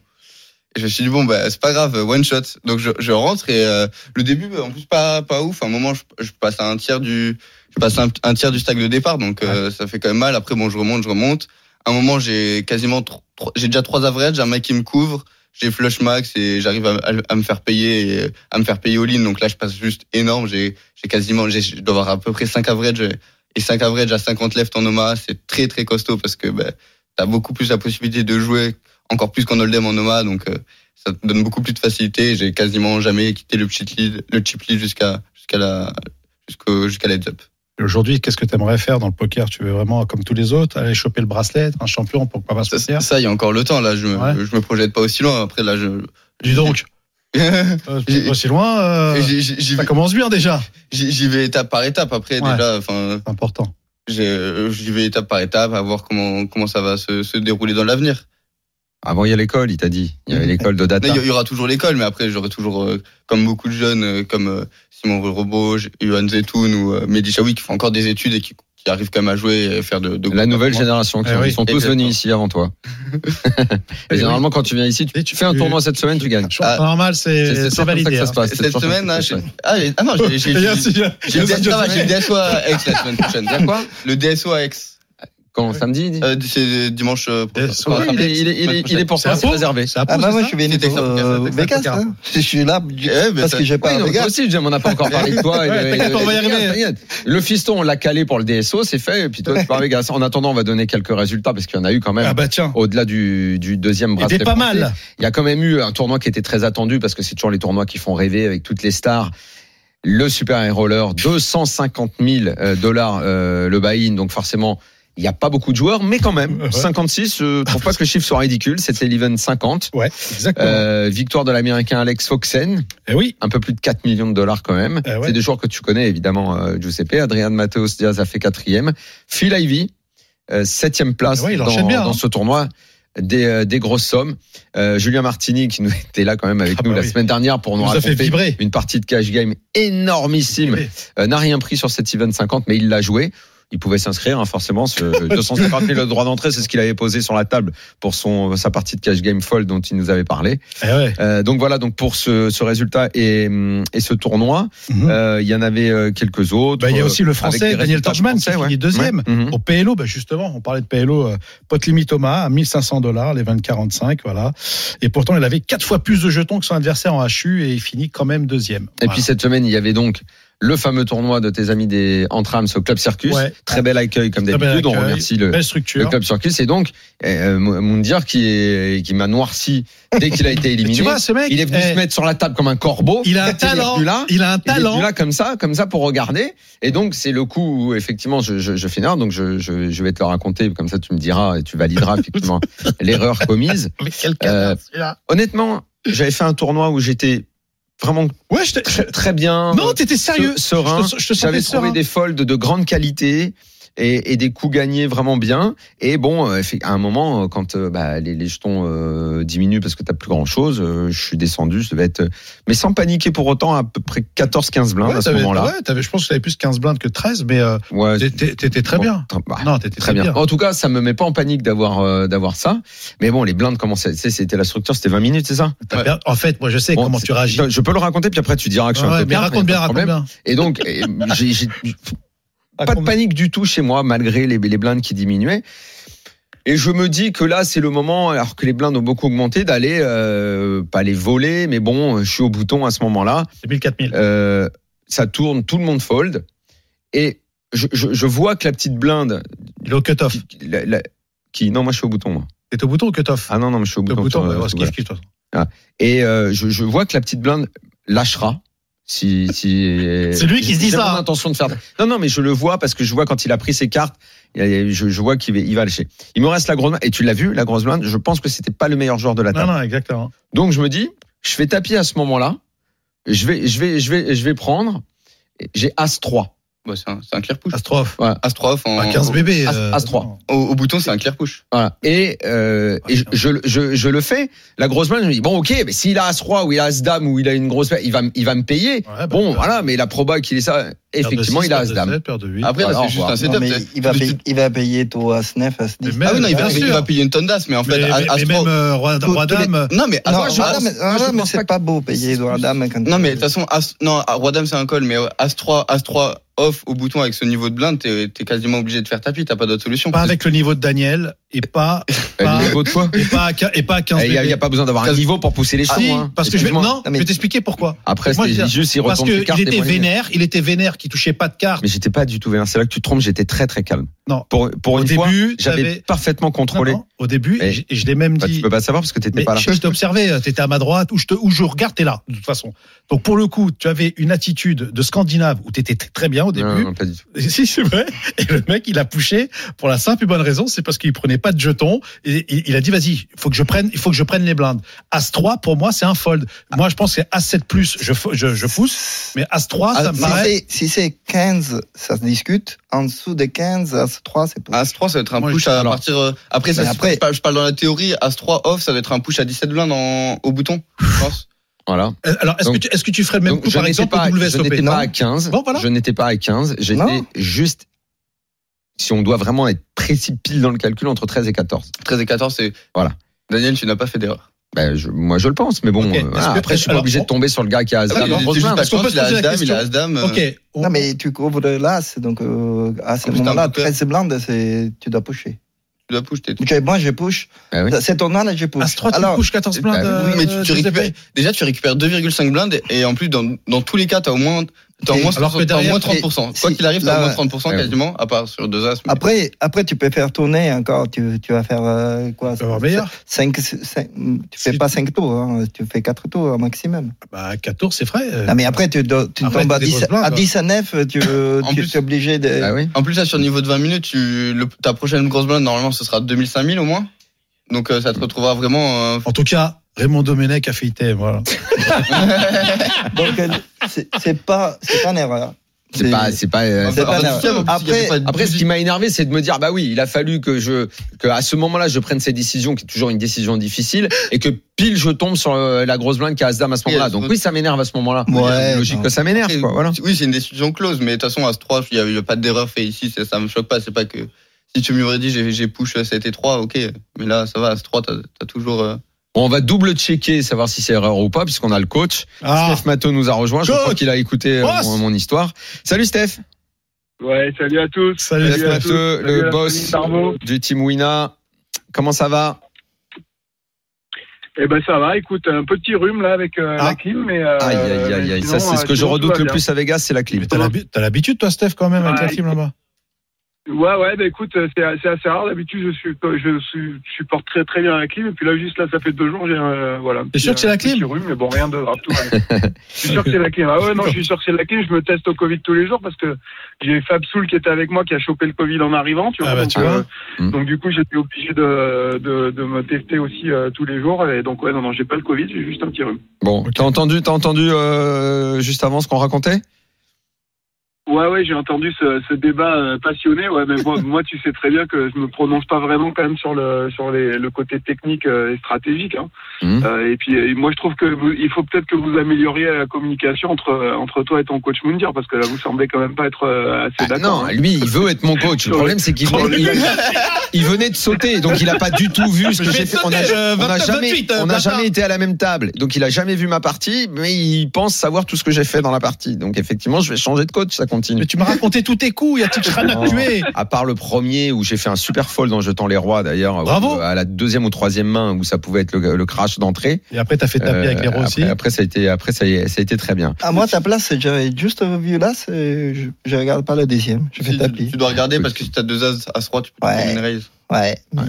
Et je me suis dit bon, bah, c'est pas grave, one shot. Donc, je, je rentre et euh, le début, bah, en plus, pas pas ouf. À un moment, je, je passe à un tiers du, je passe à un, un tiers du stack de départ. Donc, euh, ça fait quand même mal. Après, bon, je remonte, je remonte. À un moment, j'ai quasiment, tro- tro- j'ai déjà trois averages, j'ai un mec qui me couvre. J'ai flush max et j'arrive à, à- à me faire payer, et à me faire payer all-in. Donc là, je passe juste énorme. J'ai, j'ai quasiment, j'ai, je dois avoir à peu près 5 averages euh, et 5 average à 50 left en Omaha, c'est très très costaud parce que ben, t'as beaucoup plus la possibilité de jouer, encore plus qu'en hold'em en Omaha, donc euh, ça te donne beaucoup plus de facilité. J'ai quasiment jamais quitté le chip lead, le chip lead jusqu'à jusqu'à la jusqu'au jusqu'à l'heads up.
Et Aujourd'hui, qu'est-ce que tu aimerais faire dans le poker Tu veux vraiment, comme tous les autres, aller choper le bracelet, être un champion pour pas pas se
Ça,
mentir
ça, il y a encore le temps. Là, je me,
Ouais.
je me projette pas aussi loin. Après, là, je
Dis donc, euh,
J'ai-
pas si loin. euh,
j'y j'y
ça
vais-
commence bien déjà.
j'y- j'y vais étape par étape. Après,
Ouais.
déjà, enfin,
C'est important.
j'ai- euh, j'y vais étape par étape à voir comment comment ça va se, se dérouler dans l'avenir.
Avant, il y a l'école, il t'a dit. Il y avait l'école de data.
Non, Il y aura toujours l'école, mais après, j'aurai toujours, euh, comme beaucoup de jeunes, euh, comme euh, Simon Robot, Johan Zetoun ou euh, Mehdi Chaoui, qui font encore des études et qui, qui arrivent quand même à jouer et faire de, de
La nouvelle génération, qui
Eh
sont,
oui. Eh
ils sont tous
Exactement.
venus ici avant toi. Et généralement, quand tu viens ici, tu,
Et tu-
fais un
tu-
tournoi cette semaine, tu gagnes.
Je crois que normal,
Ah. C'est-
c'est
c'est toujours
hein. c'est
comme ça que
validé.
ça se passe. hein, c'est
hein. Cette
toujours comme
semaine,
ça
là,
que ça se
j'ai-
passe.
ah, j'ai- ah non, j'ai- j'ai
hein. Et là,
j'ai-
si-
j'ai le
il y a-
DSO à- j'ai le DSO à Aix la semaine prochaine.
Il y a quoi
Le DSO à Aix,
Quand samedi il dit
Euh, c'est dimanche euh, prochain.
DSO,
Enfin,
Oui, il, est, il, est, il, est, il est pour
C'est
ça,
un
c'est
pot
réservé.
C'est à
Ah
Pau,
bah
c'est
moi
ça
je suis venu
C'était
pour euh,
Texas,
Vegas.
Texas.
hein. Je suis là
Eh, ben,
parce
ça-
que j'ai pas
Oui,
à
non, toi
Vegas.
aussi, Jem, on n'a pas encore parlé de toi. Il
Bah, Ouais,
avait-
t'inquiète,
il avait-
on va y arriver.
T'inquiète. Le fiston, on l'a calé pour le DSO, c'est fait. Et puis toi, tu pars à Vegas. En attendant, on va donner quelques résultats parce qu'il y en a eu quand même.
Ah bah tiens,
Au-delà du, du deuxième
il
bracelet.
était pas
français.
mal.
Il y a quand même eu un tournoi qui était très attendu parce que c'est toujours les tournois qui font rêver avec toutes les stars. Le Super High Roller, 250 000 euh, dollars le buy-in, donc forcément. Il n'y a pas beaucoup de joueurs, mais quand même,
Ouais.
56, euh, je trouve pas que le chiffre soit ridicule, c'était l'event 50.
Ouais, exactement.
Euh, victoire de l'Américain Alex Foxen,
Et oui,
un peu plus de 4 millions de dollars quand même.
Eh ouais.
C'est des joueurs que tu connais évidemment, euh, Giuseppe. Adrian Mateos Diaz a fait quatrième. Phil Ivey, euh, septième place
Eh ouais, il
dans,
enchaîne bien,
dans
hein.
ce tournoi. Des, euh, des grosses sommes. Euh, Julien Martini qui nous était là quand même avec
Ah
nous
bah
la
oui.
semaine dernière pour nous,
on nous a fait
raconter
vibrer.
une partie de cash game énormissime.
Oui.
Euh, n'a rien pris sur cet event 50, mais il l'a joué. Il pouvait s'inscrire, hein, forcément. Ce 250 000 le droit d'entrée, c'est ce qu'il avait posé sur la table pour son sa partie de cash game folle dont il nous avait parlé.
Eh ouais.
Euh, donc voilà, donc pour ce, ce résultat et, hum, et ce tournoi,
Mhm.
euh, il y en avait euh, quelques autres.
Bah, il y a
euh,
aussi le
avec
Français,
des
Daniel
résultats
Torchman, qui
français, ouais.
finit deuxième.
Ouais, mhm.
Au PLO, bah justement, on parlait de PLO, euh, pot limit Omaha à 1500 dollars, les 20-45, voilà. Et pourtant, il avait quatre fois plus de jetons que son adversaire en HU et il finit quand même deuxième.
Et
Voilà.
puis cette semaine, il y avait donc le fameux tournoi de tes amis des Entrams au Club Circus.
Ouais.
Très bel accueil comme
Très bel
d'habitude. On
accueil,
remercie le,
belle
le
structure.
Club Circus. Et donc, euh, Moundir qui, est- qui m'a noirci dès qu'il a été
Et
éliminé.
tu vois, ce mec,
il est venu
eh,
se mettre sur la table comme un corbeau.
il a un
est
talent.
venu là.
Il a un
Il est venu
talent.
là comme ça, comme ça pour regarder. Et donc c'est le coup où effectivement je, je, je fais une erreur, donc je, je, je vais te le raconter, comme ça tu me diras et tu valideras effectivement l'erreur commise.
Mais quel cadavre,
Euh,
celui-là.
Honnêtement, j'avais fait un tournoi où j'étais vraiment
Ouais, je te-
très, très bien,
Non,
euh,
t'étais sérieux.
se- serein.
Je te, je te sentais
J'avais trouvé
serein.
des folds de grande qualité. et, et des coups gagnés vraiment bien. Et bon, euh, effe- à un moment, euh, quand euh, bah, les, les jetons euh, diminuent parce que t'as plus grand chose, je suis descendu, je devais être, euh, mais sans paniquer pour autant, à peu près 14-15 blindes
Ouais,
à ce
t'avais-
moment-là.
ouais, t'avais- je pense que t'avais plus 15 blindes que 13, mais euh,
Ouais,
t'étais t'étais très
bon,
bien.
tr- bah,
Non, t'étais
Très bien. En tout cas, ça me met pas en panique d'avoir euh, d'avoir ça. Mais bon, les blindes commençaient. Tu sais, c'était la structure, c'était 20 minutes, c'est ça
T'as per- En fait, moi, je sais
Bon,
comment
c'est-
tu réagis.
Je peux le raconter, puis après tu diras que je suis
Ouais,
un
mais
tocard, y a
raconte bien,
pas de
raconte
problème.
bien.
Et donc, et, j'ai j'ai- pas de
Raconte-
panique du tout chez moi, malgré les, les blindes qui diminuaient. Et je me dis que là, c'est le moment, alors que les blindes ont beaucoup augmenté, d'aller, euh, pas les voler, mais bon, je suis au bouton à ce moment-là.
C'est 1000-4000.
Euh, ça tourne, tout le monde fold. Et je, je- je vois que la petite blinde.
Il est au cut-off.
Ah, Qui, la- la- qui- non, moi, je suis au bouton, moi.
T'es au bouton ou cut-off
Ah non, non, mais je suis au
T'es
bouton.
au bouton,
sur-
bah,
sur-
ouais,
voilà.
skip, skip, toi.
Et euh, je, je vois que la petite blinde lâchera. Si, si,
C'est lui qui se dit
J'ai
ça.
mon intention de faire. Non, non, mais je le vois parce que je vois quand il a pris ses cartes, il a- je, je vois qu'il va, il va lâcher. Il me reste la grosse blinde, et tu l'as vu, la grosse blinde, je pense que c'était pas le meilleur joueur de la
Non,
table.
non, exactement.
Donc je me dis, je fais tapis à ce moment-là, je vais, je vais, je vais, je vais prendre, Et j'ai As-3.
Bah, c'est un, c'est un
Mmh.
clear push.
Astrophe.
As-3 off en-
À 15 bébés.
As-
euh,
As-3.
non.
au, au bouton, c'est un clear push.
Voilà. Et, euh,
Oh,
et je, je, je, je le fais. La grosse blinde, je me dis, bon, ok, mais s'il a As-Roi ou il a As-Dame ou il a une grosse paire, il va, me- il va me payer.
Ouais, bah,
Bon,
peur-
voilà, mais la proba qu'il est ça,
peur de
effectivement,
six,
il a
peur de
As-Dame.
sept, peur de huit.
Après,
Voilà,
là,
au
c'est juste
revoir.
un
Non,
setup.
mais
c'est-
il va,
tu-
payer, il va payer tout As-9,
Mais
As-10.
même,
Ah oui, non, il
bien
va, il
sûr.
va payer une tonne d'as, mais en fait,
Mais-
as-
mais- mais
As-3
même euh, Roi
Tous- tous les-
Roi-Dame. euh,
Non, mais
Non, ah,
As-3
Roi-Dame,
As-
je
Roi-Dame,
pense
c'est
pas-
pas beau payer Roi-Dame. quand-
Non, mais de toute façon, As, non, Roi-Dame, c'est un call, mais euh, As-3, As-3 off au bouton avec ce niveau de blinde, t'es t'es quasiment obligé de faire tapis, t'as pas d'autre solution.
Pas avec le niveau de Daniel et pas
Eh,
Pas-
le niveau de quoi
et pas à quin- et pas à 15
Eh, Il n'y a, il y a
bébés.
pas besoin d'avoir un
Quinze-
niveau pour pousser les hein.
Ah,
choses.
si, parce que je vais non, je
mais-
vais t'expliquer pourquoi.
Après,
Moi, je
c'était
veux dire,
juste il
Parce
retourne ses
que
cartes.
il
et
était
moi, je les mets.
vénère, il était vénère qui touchait pas de carte.
Mais j'étais pas du tout vénère. C'est là que tu te trompes. J'étais très très calme.
Non.
Pour, pour
Au
une fois,
début,
j'avais
t'avais-
parfaitement contrôlé.
Non, non, Au début,
Mais-
et je- et je l'ai même
Bah, tu
dit.
peux pas savoir parce que t'étais
Mais
pas là.
je je t'ai observé, euh, t'étais à ma droite, où je, te, où je regarde, t'es là, de toute façon. Donc pour le coup, tu avais une attitude de Scandinave où t'étais t- très bien
Non,
au début.
non, pas du tout.
Et si c'est vrai, et le mec il a poussé pour la simple et bonne raison, c'est parce qu'il prenait pas de jetons. Et il- il a dit vas-y, faut que je prenne, il faut que je prenne les blindes. As 3 pour moi c'est un fold. Moi je pense que As 7 plus, je, fo- je, je pousse, mais As 3
Ah,
ça me
Si
paraît.
c'est- Si c'est 15, ça se discute. En dessous de 15, As-3, c'est pas
As-3, ça va être un
Moi,
push
je-
à
alors.
partir. euh, Après, ça,
Mais
se-
après-
je parle- je parle dans la théorie, As-3 off, ça va être un push à 17 blindes en- au bouton, je pense.
Voilà.
Euh, Alors est-ce que
Donc-
tu est-ce que tu ferais le même
Donc,
coup
je
par
n'étais
exemple
pas,
au
je n'étais
WSOP
pas
non
à 15.
Bon, voilà.
Je n'étais pas à 15. J'étais
Non.
juste, si on doit vraiment être précis pile dans le calcul, entre 13 et 14.
13 et 14, c'est.
Voilà.
Daniel, tu n'as pas fait d'erreur.
Ben, je- moi, je le pense. Mais bon,
Ok.
euh,
Est-ce
voilà,
que-
après, je suis pas
alors,
obligé de
on-
tomber sur le gars qui
bah
a
Ah,
As-Dame,
mais
grosse
c'est juste
blinde.
parce
qu'on peut
qu'il
se
a
poser la
As-Dame, il a
question.
As-Dame. euh,
Ok. on-
Non, mais tu couvres l'as, donc euh, à ce
Ah, putain,
moment-là,
donc, euh,
13 blindes, c'est- tu dois pusher.
Tu dois push, t'es
Ok, moi, je push.
Ah oui.
C'est ton là, je push.
As 3 tu
Alors,
couches 14 blindes.
bah
Oui,
euh,
mais tu, tu
Giuseppe.
récupères, déjà, tu récupères 2,5 blindes et en plus, dans, dans tous les cas, t'as au moins, t'as au
Et
moins,
alors que
30%, t'as au moins
derrière,
30%.
et-
Quoi
si,
qu'il arrive, t'as
là,
au moins 30%
ouais.
quasiment, à part sur deux as. mais-
après, après, tu peux faire tourner encore. Tu, tu vas faire euh, quoi
Tu vas avoir meilleur.
5, 5, tu fais
Si-
pas 5 tours, hein, tu fais 4 tours au maximum.
Bah 14 c'est vrai. euh,
Non, mais après, tu, do- tu
Après,
tombes à
t'as des
10,
grosses blindes,
à
quoi.
10 à 9, tu,
En
tu
plus-
es obligé de.
Ah oui.
En plus, là, sur le niveau de 20 minutes, tu, le- ta prochaine grosse blinde, normalement, ce sera 2000-5000 au moins. Donc, euh, ça te retrouvera vraiment. euh,
En tout cas, Raymond Domenech a fait ITM. Voilà.
Donc, euh, c'est c'est pas, c'est pas une erreur.
C'est pas, c'est pas, euh,
C'est pas
en tout
la-
cas, en plus, il y avait
Après-
pas de-
Après, ce qui m'a énervé, c'est de me dire, bah oui, il a fallu que je, que à ce moment-là, je prenne cette décision, qui est toujours une décision difficile, et que pile je tombe sur euh, la grosse blinde qui a As-Dame à ce moment-là. Donc oui, ça m'énerve à ce moment-là.
Ouais,
c'est logique
non.
que ça m'énerve, quoi. Voilà.
Oui, c'est une décision close, mais de toute façon, As-3, il n'y a, pas d'erreur fait ici, ça, ça me choque pas. C'est pas que si tu m'aurais dit j'ai j'ai push 7 et 3, ok, mais là, ça va, As-3, t'as as toujours. euh,
Bon, on va double checker, savoir si c'est erreur ou pas, puisqu'on a le coach.
Ah,
Steph Matteau nous a rejoint. Je
Coach
crois qu'il a écouté euh,
Boss
mon, mon histoire. Salut Steph.
Ouais, salut à tous.
salut.
Steph
à
Matteau,
tous. Salut
le
à
boss
Anthony Barbeau.
du team Wina. Comment ça va?
Eh ben ça va, écoute, un petit rhume là avec euh,
Ah.
la clim, mais euh,
Aïe, aïe, aïe, aïe.
mais
Ça,
sinon,
c'est ce
euh,
que je
sinon, tout
redoute
va
le
bien.
plus avec As, c'est la clim.
Mais t'as l'habi- T'as l'habitude, toi, Steph, quand même, avec la
Ouais.
team là-bas.
Ouais, ouais, bah écoute, euh, c'est c'est assez rare. D'habitude, je suis, je suis, je supporte très, très bien la clim. Et puis là, juste là, ça fait deux jours, j'ai, euh, voilà.
T'es sûr que c'est la clim
Petit rhume, mais bon, rien de grave. Tout va bien. je suis sûr que c'est la clim. Ah ouais, non, je suis sûr que c'est la clim. Je me teste au Covid tous les jours parce que j'ai Fab Soul qui était avec moi qui a chopé le Covid en arrivant, tu vois.
Ah bah,
donc,
tu
euh,
vois.
Mm.
donc du coup, j'étais obligé de, de, de me tester aussi euh, tous les jours. Et donc ouais, non, non, j'ai pas le Covid, j'ai juste un petit rhume.
Bon, t'as entendu, t'as entendu euh, juste avant ce qu'on racontait
Ouais, Ouais, ouais, j'ai entendu ce, ce débat euh, passionné. Ouais, mais moi, moi, tu sais très bien que je me prononce pas vraiment quand même sur le sur les, le côté technique euh, et stratégique. hein.
Mhm.
Euh, et puis, euh, moi, je trouve que vous- il faut peut-être que vous amélioriez la communication entre euh, entre toi et ton coach Mundir, parce que là, vous semblez quand même pas être euh, assez
Ah,
d'accord.
non,
hein.
lui, il veut être mon coach. Le problème, c'est qu'il venait, il, il venait de sauter, donc il a pas du tout vu ce que
Je vais
j'ai fait. On a,
sauter, euh,
on a
29,
jamais,
28, euh,
on a
bâtard.
jamais été à la même table, donc il a jamais vu ma partie, mais il pense savoir tout ce que j'ai fait dans la partie. Donc effectivement, je vais changer de coach, ça continue.
Mais tu m'as raconté tous tes coups, il y a Tichran à
Non.
tuer.
À part le premier où j'ai fait un super fold en jetant les rois d'ailleurs.
Bravo.
où, À la deuxième ou troisième main où ça pouvait être le, le crash d'entrée.
Et après, t'as fait taper
Euh,
avec les rois
après,
aussi.
après, ça a été, après ça, y est, ça a été très bien.
À moi, ta place, j'avais juste vu là, c'est- je, je regarde pas le deuxième, je fais
Si, tu,
tapis.
tu dois regarder parce que si t'as deux as, as 3 tu peux te
Ouais.
prendre une raise.
Ouais, mais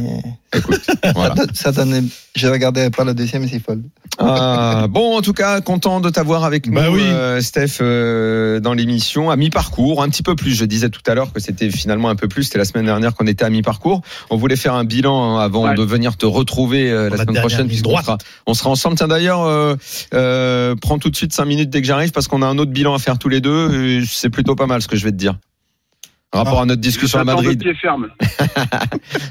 Voilà.
ça- ça donnait, je regardais pas le deuxième, c'est folle.
Ah, bon, en tout cas, content de t'avoir avec
Bah
nous,
oui.
euh, Steph, euh, dans l'émission à mi-parcours, un petit peu plus. Je disais tout à l'heure que c'était finalement un peu plus. C'était la semaine dernière qu'on était à mi-parcours. On voulait faire un bilan hein, avant
Ouais.
de venir te retrouver euh, la
la
semaine
dernière
prochaine.
ligne
puisqu'on
droite.
sera- on sera ensemble. Tiens, d'ailleurs, euh, euh, prends tout de suite cinq minutes dès que j'arrive parce qu'on a un autre bilan à faire tous les deux. Et C'est plutôt pas mal ce que je vais te dire.
Ah.
Rapport à notre discussion à
J'attends de
Madrid.
pied ferme.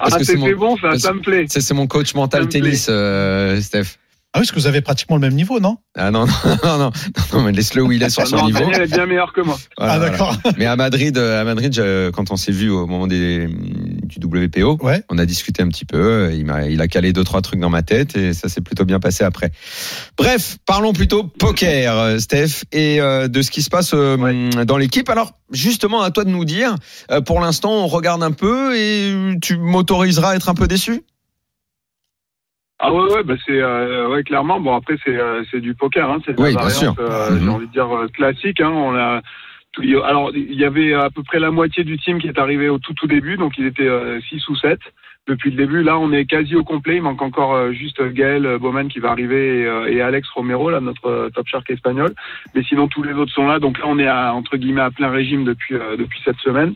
ah,
que c'est
c'était
mon-
bon, ça,
parce-
ça me plaît.
C'est c'est mon coach mental
Ça me plaît.
tennis, euh, Steph.
Ah oui, parce que vous avez pratiquement le même niveau, non
Ah non, non, non, non, non, mais laisse-le où il est sur son
Non,
niveau.
Daniel est bien meilleur que moi.
Voilà,
Ah
voilà.
d'accord.
Mais à Madrid, euh, à Madrid, je- quand on s'est vu au moment des, du WPO,
Ouais.
on a discuté un petit peu. euh, Il m'a, il a calé deux trois trucs dans ma tête et ça s'est plutôt bien passé après. Bref, parlons plutôt poker, euh, Steph, et euh, de ce qui se passe euh, dans l'équipe. Alors justement, à toi de nous dire. euh, Pour l'instant, on regarde un peu et euh, tu m'autoriseras à être un peu déçu.
Ah ouais, ouais, bah c'est euh, ouais, clairement. Bon après c'est euh, c'est du poker, hein, c'est de la
Oui, bien
variante,
sûr.
euh,
Mhm.
j'ai envie de dire euh, classique. Hein, on a tout- il y a- alors il y avait à peu près la moitié du team qui est arrivé au tout tout début, donc ils étaient 6 ou 7 depuis le début. Là on est quasi au complet. Il manque encore euh, juste Gaël euh, Bowman qui va arriver et, euh, et Alex Romero là notre euh, top shark espagnol. Mais sinon tous les autres sont là. Donc là on est à, entre guillemets à plein régime depuis euh, depuis cette semaine.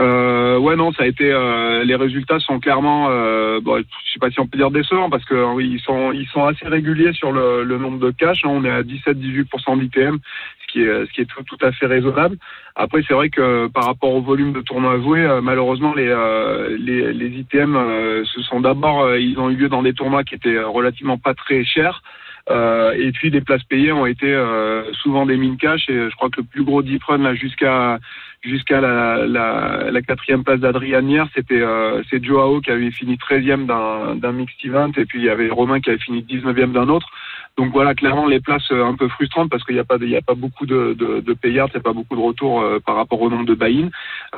Euh, ouais, non, ça a été. euh, les résultats sont clairement. Euh, bon, je sais pas si on peut dire décevants parce que euh, oui, ils sont ils sont assez réguliers sur le, le nombre de cash. hein. on est à 17-18% d'ITM, ce qui est euh, ce qui est tout, tout à fait raisonnable. Après, c'est vrai que euh, par rapport au volume de tournois joués, euh, malheureusement, les euh, les, les ITM euh, se sont d'abord euh, ils ont eu lieu dans des tournois qui étaient euh, relativement pas très chers. Euh, et puis les places payées ont été euh, souvent des mines cash et euh, je crois que le plus gros deep run là jusqu'à jusqu'à la, la, la quatrième place d'Adrian hier, c'était euh, c'est Joao qui avait fini 13e d'un d'un mixed event et puis il y avait Romain qui avait fini 19e d'un autre. Donc voilà, clairement les places euh, un peu frustrantes parce qu'il n'y a pas de- il y a pas beaucoup de de, de payards, il n'y a pas beaucoup de retours euh, par rapport au nombre de buy-in.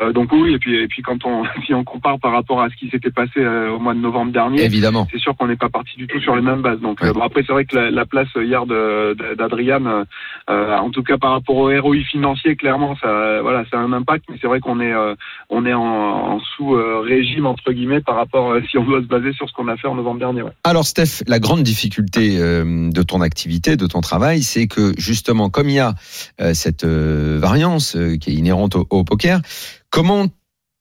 Euh, donc oui, et puis et puis quand on si on compare par rapport à ce qui s'était passé euh, au mois de novembre dernier,
Évidemment.
c'est sûr qu'on n'est pas parti du tout sur les mêmes bases. Donc
Ouais.
euh, bon, après c'est vrai que la, la place euh, hier de- de- d'Adrian, euh, euh, en tout cas par rapport au ROI financier, clairement ça euh, voilà ça a un impact, mais c'est vrai qu'on est euh, on est en, en sous euh, régime entre guillemets par rapport euh, si on doit se baser sur ce qu'on a fait en novembre dernier. ouais.
Alors Steph, la grande difficulté euh, de ton activité, de ton travail, c'est que justement, comme il y a euh, cette euh, variance euh, qui est inhérente au, au poker, comment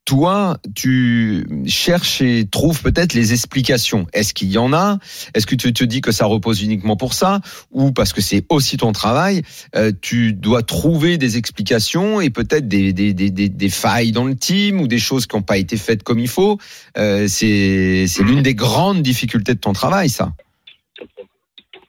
toi, tu cherches et trouves peut-être les explications. Est-ce qu'il y en a Est-ce que tu te dis que ça repose uniquement pour ça Ou parce que c'est aussi ton travail, euh, tu dois trouver des explications et peut-être des, des, des, des, des failles dans le team ou des choses qui n'ont pas été faites comme il faut euh, c'est c'est l'une des grandes difficultés de ton travail, ça.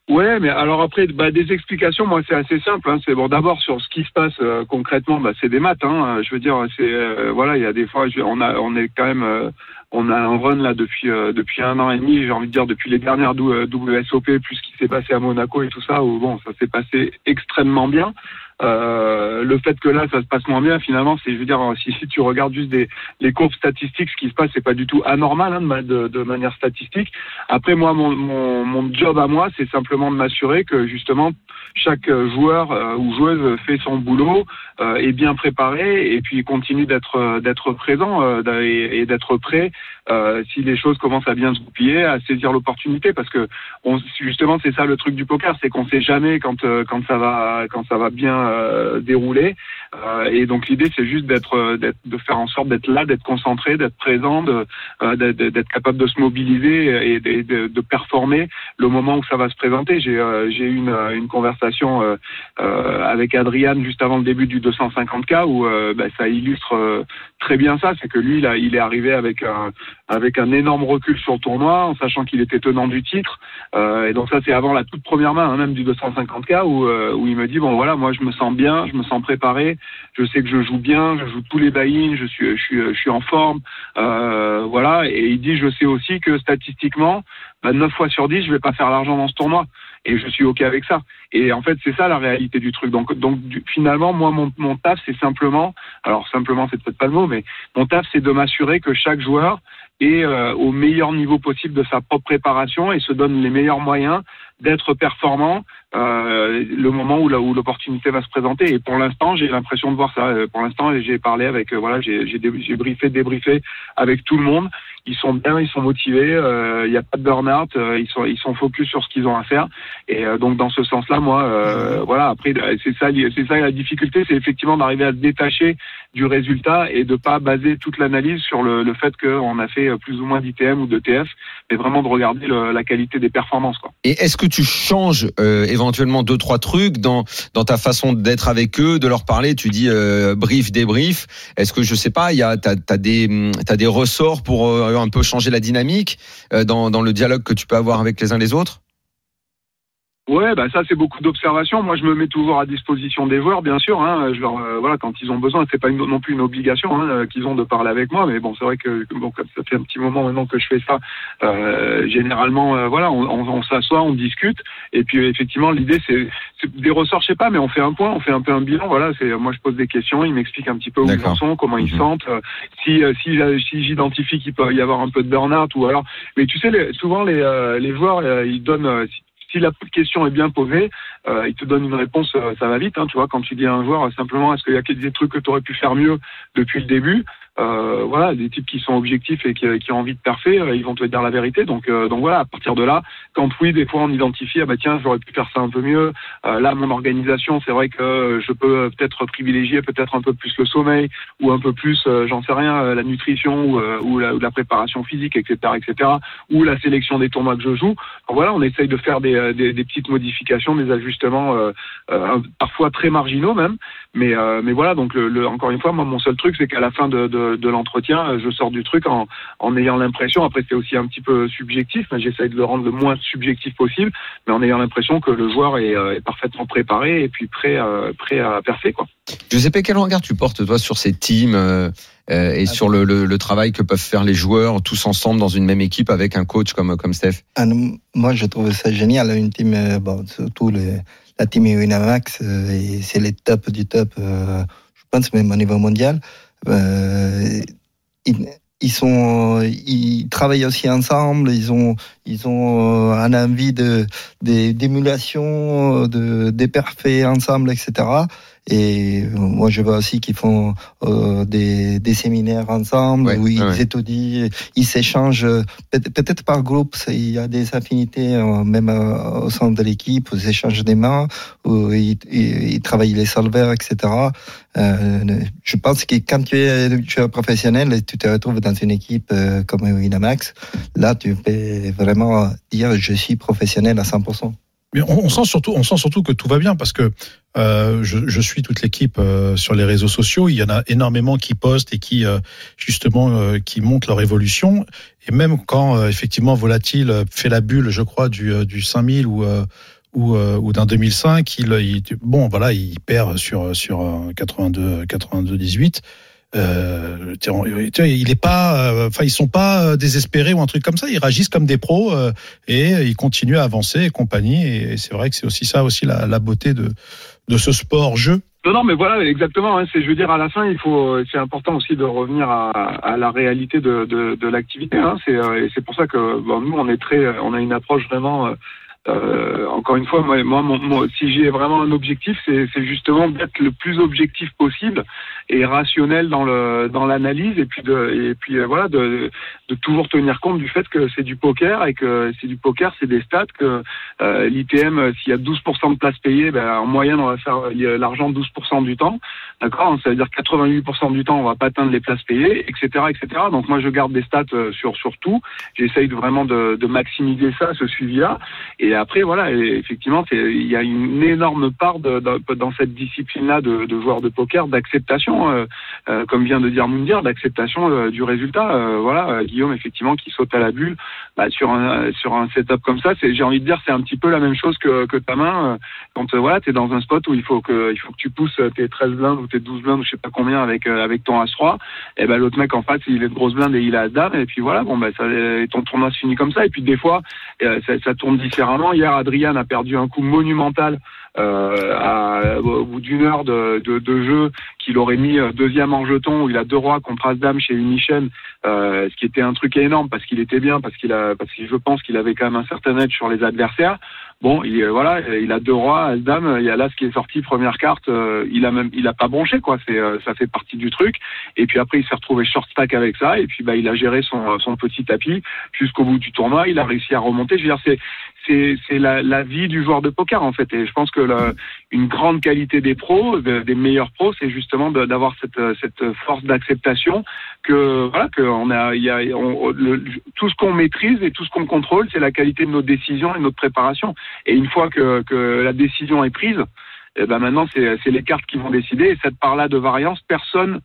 Ouais, mais alors après, bah, des explications, moi c'est assez simple. Hein. C'est bon, d'abord sur ce qui se passe euh, concrètement, bah, c'est des maths. Hein. Euh, Je veux dire, c'est euh, voilà, il y a des fois, je- on a, on est quand même, euh, on a un run là depuis euh, depuis un an et demi. J'ai envie de dire depuis les dernières dou- euh, WSOP, plus ce qui s'est passé à Monaco et tout ça, où bon, ça s'est passé extrêmement bien. Euh, le fait que là, ça se passe moins bien, finalement, c'est, je veux dire, si, si tu regardes juste des, les courbes statistiques, ce qui se passe, c'est pas du tout anormal hein, de ma- de- de manière statistique. Après, moi, mon, mon, mon job à moi, c'est simplement de m'assurer que justement chaque euh, joueur euh, ou joueuse fait son boulot, euh, est bien préparé et puis continue d'être euh, d'être présent euh, d'a- et, et d'être prêt euh, si les choses commencent à bien se goupiller, à saisir l'opportunité parce que on, justement c'est ça le truc du poker, c'est qu'on sait jamais quand euh, quand ça va quand ça va bien euh, dérouler. Euh, et donc l'idée, c'est juste d'être, euh, d'être- de faire en sorte d'être là, d'être concentré, d'être présent, de, euh, d'être- d'être capable de se mobiliser et de, et de- de performer le moment où ça va se présenter. J'ai euh, j'ai eu une, euh, une conversation euh, euh, avec Adrian juste avant le début du 250K où euh, bah, ça illustre euh, très bien ça, c'est que lui, là, il est arrivé avec un, avec un énorme recul sur le tournoi, en sachant qu'il était tenant du titre. Euh, et donc ça, c'est avant la toute première main, hein, même du 250K, où, euh, où il me dit, bon voilà, moi je me sens bien, je me sens préparé, je sais que je joue bien, je joue tous les buy-ins, je suis, je, suis, je suis en forme. Euh, voilà, et il dit, je sais aussi que statistiquement, bah, 9 fois sur 10, je vais pas faire l'argent dans ce tournoi. Et je suis OK avec ça. Et en fait, c'est ça la réalité du truc. Donc, donc du- finalement, moi, mon, mon taf, c'est simplement, alors simplement, c'est peut-être pas le mot, mais mon taf, c'est de m'assurer que chaque joueur est euh, au meilleur niveau possible de sa propre préparation et se donne les meilleurs moyens d'être performant euh, le moment où la- où l'opportunité va se présenter. Et pour l'instant, j'ai l'impression de voir ça. Euh, Pour l'instant, j'ai parlé avec, euh, voilà, j'ai j'ai dé- j'ai briefé, débriefé avec tout le monde. Ils sont bien, ils sont motivés. euh, Il n'y a pas de burn-out. euh, ils sont, ils sont focus sur ce qu'ils ont à faire. Et euh, donc, dans ce sens-là, moi, euh, voilà. Après, euh, c'est ça, li- c'est ça la difficulté, c'est effectivement d'arriver à se détacher du résultat et de pas baser toute l'analyse sur le, le fait qu'on a fait euh, plus ou moins d'ITM ou d'ETF, mais vraiment de regarder le- la qualité des performances, quoi.
Et est-ce que tu changes euh, éventuellement deux trois trucs dans dans ta façon d'être avec eux, de leur parler Tu dis euh, brief débrief. Est-ce que je sais pas, il y a t'as as des hum, t'as des ressorts pour euh, un peu changer la dynamique euh, dans dans le dialogue que tu peux avoir avec les uns les autres
Ouais, bah ça c'est beaucoup d'observations. Moi, je me mets toujours à disposition des joueurs, bien sûr. Hein, je leur, euh, voilà, quand ils ont besoin, c'est pas une- non plus une obligation hein, euh, qu'ils ont de parler avec moi. Mais bon, c'est vrai que bon, comme ça fait un petit moment maintenant que je fais ça, euh, généralement, euh, voilà, on, on- on s'assoit, on discute, et puis euh, effectivement, l'idée c'est c'est des ressorts, je sais pas, mais on fait un point, on fait un peu un bilan. Voilà, c'est moi je pose des questions, ils m'expliquent un petit peu où ils
D'accord.
en sont, comment ils
Mhm.
sentent, euh, si euh, si, j'a- si j'identifie qu'il peut y avoir un peu de burn-out ou alors. Mais tu sais, les- souvent les euh, les joueurs, euh, ils donnent euh, si la question est bien posée, euh, il te donne une réponse, euh, ça va vite. hein, tu vois, quand tu dis à un joueur euh, simplement, est-ce qu'il y a des trucs que tu aurais pu faire mieux depuis le début Euh, Voilà, des types qui sont objectifs et qui, qui ont envie de parfait, euh, ils vont te dire la vérité. Donc, euh, donc voilà, à partir de là, quand oui, des fois on identifie, ah bah tiens, j'aurais pu faire ça un peu mieux. Euh, là, mon organisation, c'est vrai que euh, je peux euh, peut-être privilégier peut-être un peu plus le sommeil ou un peu plus, euh, j'en sais rien, euh, la nutrition ou, euh, ou la, ou la préparation physique, etc., etc., ou la sélection des tournois que je joue. Alors Ah, voilà, on essaye de faire des, euh, des, des petites modifications, des ajustements, euh, euh, parfois très marginaux même. Mais, euh, mais voilà, donc le, le- encore une fois, moi, mon seul truc, c'est qu'à la fin de, de, de l'entretien, euh, je sors du truc en, en ayant l'impression, après c'est aussi un petit peu subjectif, mais j'essaye de le rendre le moins subjectif possible, mais en ayant l'impression que le joueur est, euh, est parfaitement préparé et puis prêt, euh, prêt à percer. Quoi.
Je sais pas quel regard tu portes toi sur ces teams euh, euh, et sur le, le le travail que peuvent faire les joueurs tous ensemble dans une même équipe avec un coach comme comme Steph.
Ah non, moi, je trouve ça génial. Une team, euh, bon, surtout le- la team Winamax, euh, et c'est les top du top, euh, je pense, même au niveau mondial. Euh, ils, ils sont, ils travaillent aussi ensemble. Ils ont, ils ont euh, un envie de de- d'émulation, de des parfaits ensemble, etc. Et euh, moi, je vois aussi qu'ils font euh, des, des séminaires ensemble
Ouais,
où ils
ouais.
étudient, ils s'échangent Peut- Peut-être par groupe, c'est- il y a des affinités, euh, même euh, au sein de l'équipe, aux échanges des mains, où ils, ils- ils travaillent les solvers, etc. Euh, je pense que quand tu es, tu es professionnel et tu te retrouves dans une équipe euh, comme Winamax, là, tu peux vraiment dire je suis professionnel à 100%.
Mais on, on sent surtout, on sent surtout que tout va bien parce que euh, je, je suis toute l'équipe euh, sur les réseaux sociaux. Il y en a énormément qui postent et qui euh, justement euh, qui montrent leur évolution. Et même quand euh, effectivement Volatile euh, fait la bulle, je crois du euh, du 5000 ou euh, ou, euh, ou d'un 2005, il, euh, il- bon voilà, il perd sur sur un 82 82 18. Euh, tu vois, tu vois, il est pas, euh, enfin ils sont pas euh, désespérés ou un truc comme ça. Ils réagissent comme des pros. euh, et euh, il continue à avancer et compagnie. Et c'est vrai que c'est aussi ça aussi la, la beauté de, de ce sport-jeu.
Non, non, mais voilà, exactement. hein. C'est, je veux dire, à la fin, il faut, euh, c'est important aussi de revenir à, à la réalité de, de, de l'activité. Hein. C'est, euh, et c'est pour ça que bon, nous, on est très, euh, on a une approche vraiment. euh, euh, encore une fois, moi, moi, mon- mon- si j'ai vraiment un objectif, c'est, c'est justement d'être le plus objectif possible et rationnel dans le dans l'analyse et puis de et puis euh, voilà de, de toujours tenir compte du fait que c'est du poker et que c'est du poker c'est des stats que euh, l'ITM s'il y a 12% de places payées ben, en moyenne on va faire euh, l'argent 12% du temps d'accord ça veut dire 88% du temps on va pas atteindre les places payées etc etc donc moi je garde des stats euh, sur sur tout j'essaye de vraiment de, de maximiser ça ce suivi là et après voilà et effectivement c'est il y a une énorme part de, de, dans cette discipline là de, de joueurs de poker d'acceptation euh, euh, comme vient de dire Moundir, d'acceptation euh, du résultat. voilà, euh, Guillaume, effectivement, qui saute à la bulle bah, sur un sur un setup comme ça, c'est j'ai envie de dire, c'est un petit peu la même chose que, que ta main euh, quand voilà, t'es dans un spot où il faut que il faut que tu pousses euh, tes 13 blindes ou tes 12 blindes ou je sais pas combien avec euh, avec ton as 3 et ben bah, l'autre mec en face, il est de grosse blinde et il a as dame et puis voilà, bon bah, ça, ton tournoi se finit comme ça et puis des fois euh, ça, ça, tourne différemment. Hier, Adrian a perdu un coup monumental. Euh, à, au bout d'une heure de, de, de jeu qu'il aurait mis euh, deuxième en jeton où il a deux rois contre as dame chez Unichen euh, ce qui était un truc énorme parce qu'il était bien parce qu'il a parce que je pense qu'il avait quand même un certain edge sur les adversaires bon il euh, voilà il a deux rois as dame il y a l'as qui est sorti première carte euh, il a même il a pas bronché quoi c'est euh, ça fait partie du truc et puis après il s'est retrouvé short stack avec ça et puis bah il a géré son son petit tapis jusqu'au bout du tournoi il a réussi à remonter je veux dire c'est c'est la, la, vie du joueur de poker en fait. Et je pense que la, une grande qualité des pros, de, des meilleurs pros, c'est justement d'avoir cette, cette, force d'acceptation que voilà que on a, y a on, le, tout ce qu'on maîtrise et tout ce qu'on contrôle, c'est la qualité de nos décisions et de notre préparation. Et une fois que, que la décision est prise, eh ben maintenant c'est les cartes qui vont décider. Et cette part-là de variance, personne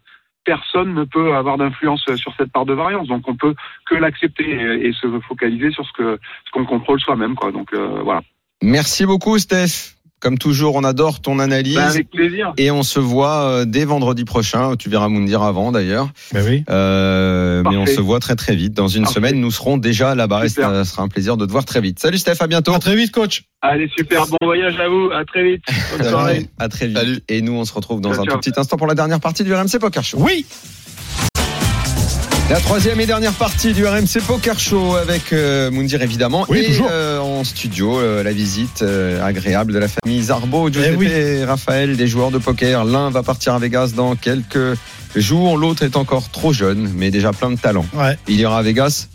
personne ne peut avoir d'influence sur cette part de variance. Donc on peut que l'accepter et, se focaliser sur ce que ce qu'on contrôle soi-même. Quoi. Donc euh, voilà.
Merci beaucoup, Steph. Comme toujours, on adore ton analyse.
Ben avec plaisir.
Et on se voit euh, dès vendredi prochain. Tu verras Moundir avant d'ailleurs.
Ben oui.
Euh, mais on se voit très très vite. Dans une Parfait. semaine, nous serons déjà là-bas et ça sera un plaisir de te voir très vite. Salut Steph, à bientôt.
À très vite, coach.
Allez, super. Bon voyage à vous. À très vite. Bonne soirée.
À très vite. Salut. Et nous, on se retrouve dans ciao, un ciao. tout petit instant pour la dernière partie du RMC Poker Show.
Oui.
La troisième et dernière partie du RMC Poker Show avec euh, Moundir évidemment
oui,
et
toujours.
Euh, en studio euh, la visite agréable de la famille Zarbo, Giuseppe eh oui. et Raphaël, des joueurs de poker. L'un va partir à Vegas dans quelques jours, l'autre est encore trop jeune mais déjà plein de talent.
Ouais.
Il ira à Vegas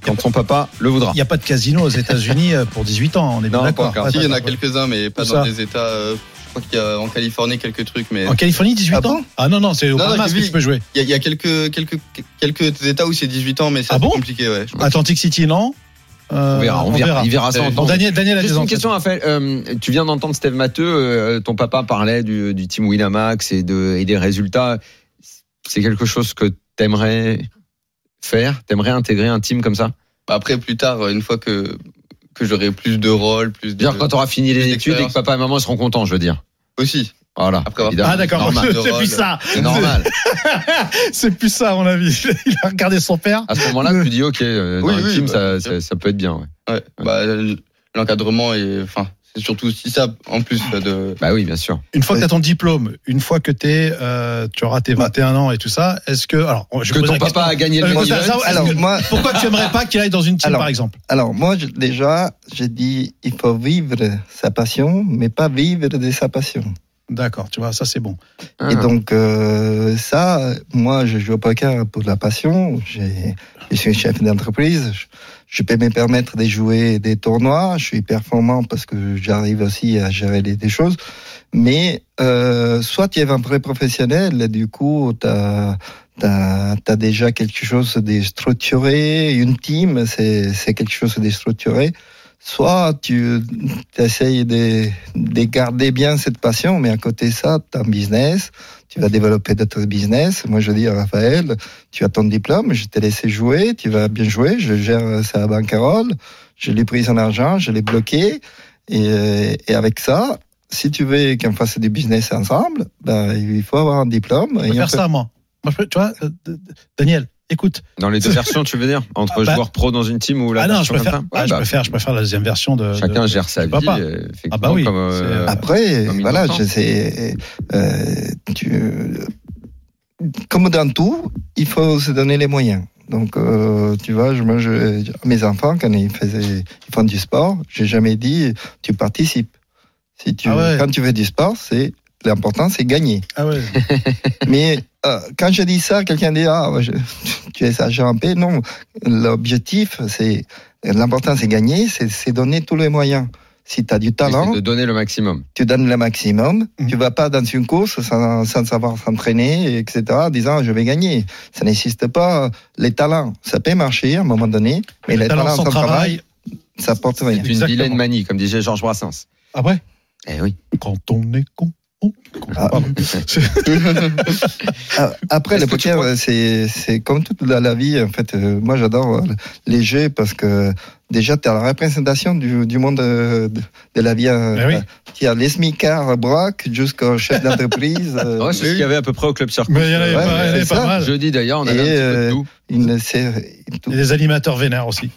quand son papa le voudra.
Il n'y a pas de casino aux États-Unis euh, pour 18 ans, on est bien d'accord.
Si, il y en a quelques-uns mais pas dans les États euh, je crois qu'il y a en Californie quelques trucs, mais.
En Californie, 18
ah bon
ans Ah non, non, c'est au Bahamas que tu peux jouer.
Il y, y, a quelques, quelques, quelques États où c'est 18 ans, mais c'est
ah bon
compliqué, ouais.
Atlantic City, non
euh, on, verra, on, on verra. verra, Il verra ça en temps.
Euh, Daniel, Daniel a
Juste une question, Raphaël. Euh, tu viens d'entendre Steve Matteux. Euh, ton papa parlait du, du team Winamax et, de, et des résultats. C'est quelque chose que t'aimerais faire T'aimerais intégrer un team comme ça
Après, plus tard, une fois que que j'aurai plus de rôles, plus de.
Dire quand t'auras fini les études et que papa et maman seront contents, je veux dire.
Aussi.
Voilà.
Après ah d'accord, c'est plus ça.
C'est normal.
c'est plus ça, à mon avis. Il a regardé son père.
À ce moment-là, tu dis, ok, dans oui, le oui, team, bah, ça, ça, ça, peut être bien. Ouais.
ouais, ouais. Bah, L'encadrement est. Enfin, c'est surtout aussi ça, en plus
Ah.
de.
Bah oui, bien sûr.
Une fois que tu as ton diplôme, une fois que es, euh, tu auras tes 21 ans et tout ça, est-ce que. Alors,
je que ton papa question. a gagné le
euh, alors, que, moi... Pourquoi tu aimerais pas qu'il aille dans une team,
alors,
par exemple
Alors, moi, je, déjà, j'ai dit il faut vivre sa passion, mais pas vivre de sa passion.
D'accord, tu vois, ça c'est bon.
Ah. Et donc, euh, ça, moi, je joue au poker pour la passion. Je suis chef d'entreprise. Je, je, peux me permettre de jouer des tournois. Je suis performant parce que j'arrive aussi à gérer des, des choses. Mais euh, soit tu es un vrai professionnel, et du coup, tu as, as, as, déjà quelque chose de structuré. Une team, c'est quelque chose de structuré soit tu essayes de, de, garder bien cette passion, mais à côté de ça, tu as un business, tu vas développer d'autres business. Moi, je dis à Raphaël, tu as ton diplôme, je t'ai laissé jouer, tu vas bien jouer, je gère euh, sa banquerole, je l'ai pris son argent, je l'ai bloqué, et, euh, et avec ça, si tu veux qu'on fasse du business ensemble, ben, il faut avoir un diplôme.
Je peux et faire peut... ça, moi. moi je peux, tu vois, euh, Daniel, écoute.
Ah. Dans les deux versions, tu veux dire Entre ah bah, joueur pro dans une team ou la
ah non,
version
je préfère, ouais, ah, bah, je, préfère, je préfère la deuxième version de.
Chacun
de,
gère sa vie.
Papa.
Ah bah oui. Comme, euh,
Après,
comme
voilà, je sais, euh, tu, comme dans tout, il faut se donner les moyens. Donc, euh, tu vois, je, moi, je, mes enfants, quand ils, faisaient, ils font du sport, j'ai jamais dit tu participes. Si tu,
ouais.
Quand tu fais du sport, c'est l'important, c'est gagner.
Ah ouais.
Mais euh, quand je dis ça, quelqu'un dit ah je- tu exagères un peu. Non, l'objectif c'est l'important c'est gagner, c'est- c'est donner tous les moyens. Si tu as du talent,
de donner le maximum.
tu donnes le maximum.
Mhm.
Tu vas pas dans une course sans, sans savoir s'entraîner, etc. En disant je vais gagner. Ça n'existe pas. Les talents, ça peut marcher à un moment donné, mais les talents sans travail, ça porte rien.
c'est
Une
Exactement.
vilaine manie, comme disait Georges Brassens.
Ah ouais
Eh oui.
Quand on est con. on comprend pas.
Ah. Ah, Après,
Est-ce
le
que tu
poker, euh, c'est c'est comme toute la, la vie. En fait, euh, moi, j'adore euh, les jeux parce que déjà, tu as la représentation du, du monde euh, de, de la vie. euh,
Ben oui.
Tu as les smicards Brock jusqu'au chef d'entreprise. euh,
Ouais, Oh, c'est ce qu'il y avait à peu près au club circus.
Mais il y en avait pas,
Ouais,
il y en
c'est
avait pas
ça.
mal.
Jeudi d'ailleurs, on
Et,
avait un petit peu de
euh,
tout.
une- c'est- tout-
Il y a des animateurs vénères aussi.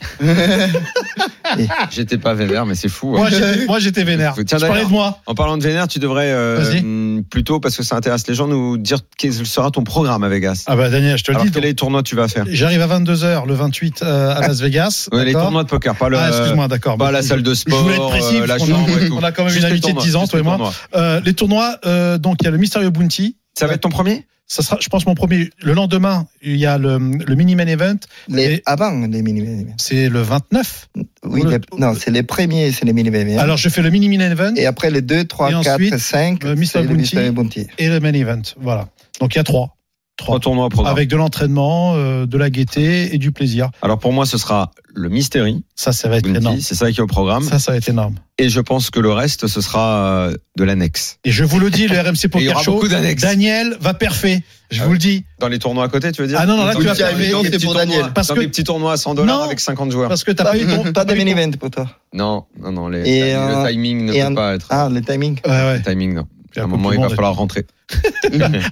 J'étais pas vénère, mais c'est fou. ouais.
Moi, j'étais- Moi, j'étais vénère.
Tiens,
je parlais
d'ailleurs.
de moi.
En parlant de vénère, tu devrais euh,
Vas-y.
hum, plutôt, parce que ça intéresse les gens, nous dire quel sera ton programme à Vegas.
Ah bah Daniel, je te le
Alors,
dis.
quel
donc,
est les tournois tu vas faire
J'arrive à 22h le 28 euh, à Las Vegas.
Ouais, Les
d'accord
tournois de poker, pas le.
Ah, excuse-moi, d'accord.
Pas la salle de
Je
sport,
voulais être précis,
euh, la
parce qu'on
chambre et
a,
tout.
on a quand même
Juste
une
les
amitié de
tournois,
10 ans,
juste
toi et
les
moi.
tournois.
Euh, les tournois, euh, donc il y a le Mysterio Bounty.
Ça va être ton premier
Ça sera, je pense, mon premier. Le lendemain, il y a le, le mini main event.
les,
et-
Avant les mini
C'est le 29.
Oui,
Ou le-
les- non, c'est les premiers, c'est les mini
Alors, je fais le mini main event et,
Et après, les 2, 3,
Et
4,
ensuite,
5,
euh, Mr.
c'est le
Bounty.
Mr. Bounty.
le main event. Voilà. Donc, il y a trois.
Trois
Trois.
tournois au programme.
Avec de l'entraînement, euh, de la gaieté et du plaisir.
Alors pour moi, ce sera le Mystery,
Ça, ça va être
Bounty,
énorme.
c'est ça qui est au programme.
Ça, ça va être énorme.
Et je pense que le reste, ce sera euh, de l'annexe.
Et je vous le dis, le RMC
Et il y
Poker
aura
Show,
beaucoup d'annexes.
Daniel va parfait. Je
Ah
vous
oui.
le dis.
Dans les tournois à côté, tu veux dire
Ah non, non, là, tu vas
Tiens,
faire
mais
des-
non,
Dans les
c'est
petits
pour
tournois-
Daniel.
Parce
dans
que-
des petits tournois à 100 dollars
Non.
avec 50 joueurs.
Parce que t'as pas eu ton.
Pas
t'as
de
pas eu
mini
ton-
event pour toi.
Non, non, non, les,
Et
le
un-
timing ne
et
peut
un-
pas être.
Ah, le timing.
Ouais, ouais.
Le timing, non. À
Puis la
un
Coupe
moment,
du
il va
monde.
falloir rentrer.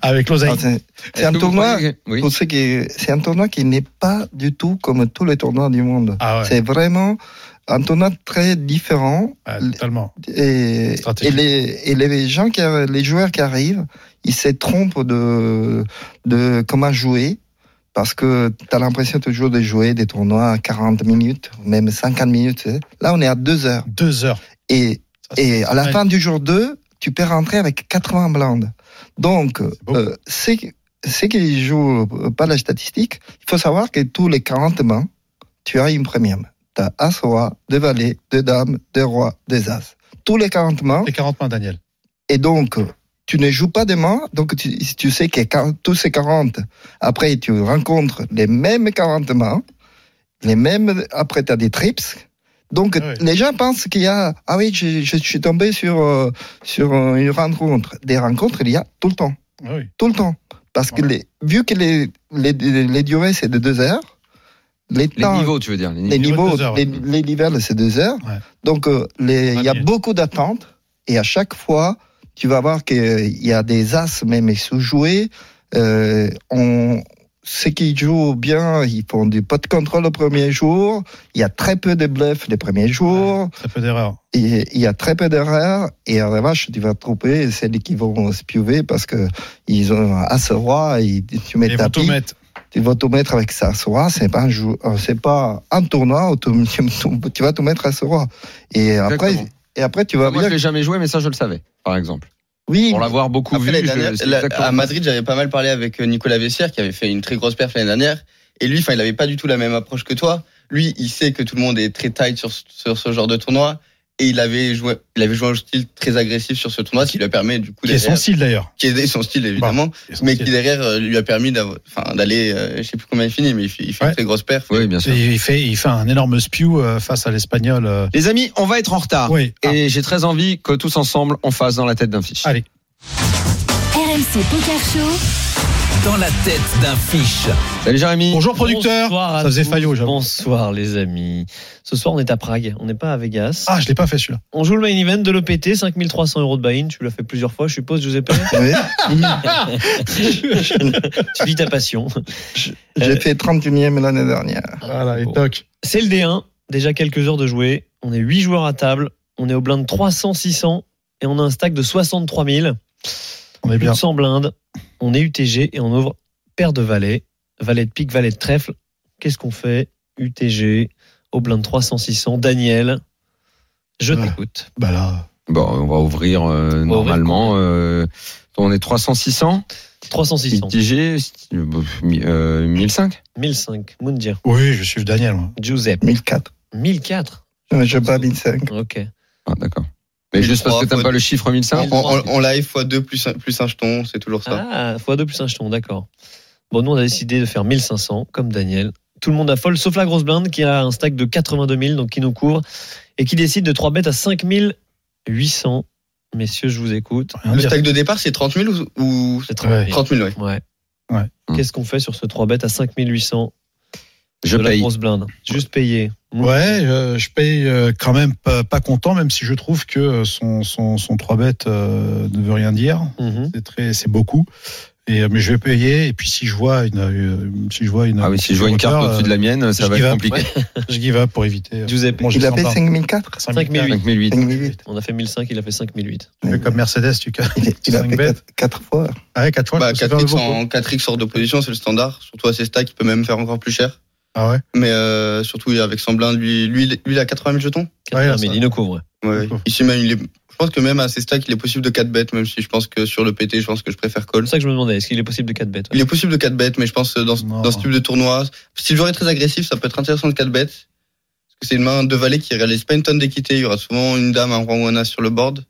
Avec l'oseille.
Alors, c'est- C'est
Est-ce
un
que vous
tournoi.
croyez que- Oui.
Pour ceux qui, c'est un tournoi qui n'est pas du tout comme tous les tournois du monde.
Ah ouais,
C'est vraiment un tournoi très différent
ouais, totalement.
et, et
Stratégique.
les, et les gens qui, arri- les joueurs qui arrivent, ils se trompent de, de comment jouer parce que tu as l'impression toujours de jouer des tournois à 40 minutes, même 50 minutes. tu sais. Là, on est à 2 heures.
Deux heures.
Et,
Ça, c'est-
et à la
ouais.
fin du jour 2, tu peux rentrer avec 80 blindes. Donc,
beau.
euh, ceux qui- ceux qui jouent euh, pas la statistique, il faut savoir que tous les 40 mains, tu as une premium. Tu as as roi, deux valets, deux dames, deux rois, deux as. Tous les 40 mains.
Les 40 mains, Daniel.
Et donc, euh, tu ne joues pas des mains. Donc, tu, si tu sais que 40 tous ces 40, après, tu rencontres les mêmes 40 mains. Les mêmes, après, tu as des trips. Donc,
Ah ouais.
les gens pensent qu'il y a, ah oui, je, je suis tombé sur, euh, sur euh, une rencontre. Des rencontres, il y a tout le temps
Ah oui.
tout le temps. Parce que
Ouais.
les, vu que les, les, les durées, c'est de deux heures, les
Les
temps,
niveaux, tu veux dire. les niveaux.
les
niveaux de
niveaux,
deux heures,
les,
ouais.
les nivelles, c'est deux heures.
Ouais.
Donc, euh, les- il y a
Ah, mais-
beaucoup d'attentes. Et à chaque fois, tu vas voir qu'il y a des as même sous-joués. Euh, on, ceux qui jouent bien, ils font du pot de contrôle le premier jour. Il y a très peu de bluffs les premiers jours.
Très peu d'erreurs.
Et il y a très peu d'erreurs. Et en revanche, tu vas trouver celles qui vont se piover parce que ils ont un as roi et tu mets
Ils vont
ta
tout
pile.
mettre.
Tu vas tout mettre avec ça as roi. C'est pas un jou- euh, c'est pas un tournoi où tu, tu- tu vas tout mettre as roi. Et après,
Exactement.
et après tu vas
Moi, je
bien.
l'ai jamais joué, mais ça, je le savais, par exemple.
Oui,
Pour l'avoir
Ah,
beaucoup
Après,
vu,
l'année
je-
dernière,
c'est
la-
exactement
à
ça.
Madrid, j'avais pas mal parlé avec euh, Nicolas Vessière, qui avait fait une très grosse perf l'année dernière. Et lui, enfin, il avait pas du tout la même approche que toi. Lui, il sait que tout le monde est très tight sur, ce- sur ce genre de tournoi. Et il avait joué, il avait joué un style très agressif sur ce tournoi, ce qui lui a permis, du coup,
Qui est
derrière-
sensible d'ailleurs. Bah,
qui est son style, évidemment.
Qui est
mais
sensible.
qui, derrière, euh, lui a permis d'avoir- enfin, d'aller, euh, je sais plus combien il finit, mais il fait, il fait
Ouais.
une très grosse perf.
Oui, bien sûr.
Et il fait, il fait un énorme spew euh, face à l'espagnol. euh.
Les amis, on va être en retard.
Oui. Ah,
Et j'ai très envie que tous ensemble, on fasse dans la tête d'un fiche.
Allez.
RMC Poker Show,
Dans la tête d'un fiche.
Salut Jérémy.
Bonjour producteur.
Bonsoir à
Ça faisait
tous.
faillot, j'avoue.
Bonsoir les amis. Ce soir on est à Prague, on n'est pas à Vegas.
Ah, je l'ai pas fait celui-là.
On joue le main event de l'EPT, 5300 euros de buy-in. Tu l'as fait plusieurs fois, je suppose, Giuseppe.
oui.
tu vis ta passion.
j'ai
Euh,
fait 31e l'année dernière.
Voilà, les
Ah, Bon.
tocs.
C'est le D1, déjà quelques heures de jouer. On est 8 joueurs à table, on est au blind 300-600 et on a un stack de 63 000.
On est bien.
100 blindes, on est UTG et on ouvre paire de valets. Valet de pique, valet de trèfle. Qu'est-ce qu'on fait UTG, au blind 300-600. Daniel, je
Ah.
t'écoute.
Bah là.
Bon, on va ouvrir euh,
On va ouvrir
normalement. euh, on est 300, 600
300, 600.
Mitigé, euh, 1005
1005. Moundir.
Oui, je suis Daniel. moi.
Giuseppe.
1004.
1004.
Euh, Je bats 1005.
Ok.
Ah, d'accord. Mais juste parce que t'as pas le chiffre
On,
1005
on- on live x2 plus, un- plus un jeton, c'est toujours ça.
Ah, x2 plus un jeton, d'accord. Bon, nous, on a décidé de faire 1500, comme Daniel. Tout le monde affole, sauf la grosse blinde, qui a un stack de 82 000, donc qui nous court, et qui décide de 3 bêtes à 5800. Messieurs, je vous écoute.
Rien à
le
dire.
stack de départ, c'est 30 000 ou, ou-
C'est 30 000.
30 000, ouais.
Ouais.
Ouais.
Qu'est-ce qu'on fait sur ce 3 bêtes à 5800
Je
de la
paye.
grosse blinde Juste payer.
Ouais, euh, je paye euh, quand même pas, pas content, même si je trouve que son, son, son 3 bêtes euh, ne veut rien dire.
Mhm.
C'est très, c'est beaucoup. Et, euh, mais je vais payer. Et puis si je vois une, euh, si je vois une,
Ah oui, si je vois une carte
hauteur,
au-dessus de la mienne, ça
je
va
give
être
up.
compliqué.
euh, je give up pour éviter. euh,
Giuseppe.
manger
Il a
sans
fait
pain.
5004.
5008.
5008.
5008.
On a fait 1005, il a fait 5008.
Tu fais Comme Mercedes, tu casses.
Il, est- il a
Cinq
fait
bêtes.
4 fois.
Ah ouais, 4 fois.
Bah,
je me suis fait
4x
beaucoup.
en 4x hors de position, c'est le standard. Surtout à ces stacks, il peut même faire encore plus cher.
Ah ouais.
Mais euh, surtout avec son blind, lui, lui, lui, il a 80 000 jetons.
80 000,
ça-
il nous couvre.
Ouais,
D'accord.
ici même, il est... je pense que même à ces stacks, il est possible de 4 bêtes, même si je pense que sur le PT, je pense que je préfère
C'est
call.
ça que je me demandais, est-ce qu'il est possible de 4 bêtes ouais.
Il est possible de 4 bêtes, mais je pense euh, dans, ce-
Non.
dans ce type de tournoi, si le joueur est très agressif, ça peut être intéressant de 4 bêtes. Parce que c'est une main de valet qui réalise pas une tonne d'équité. Il y aura souvent une dame, un roi ou un as sur le board.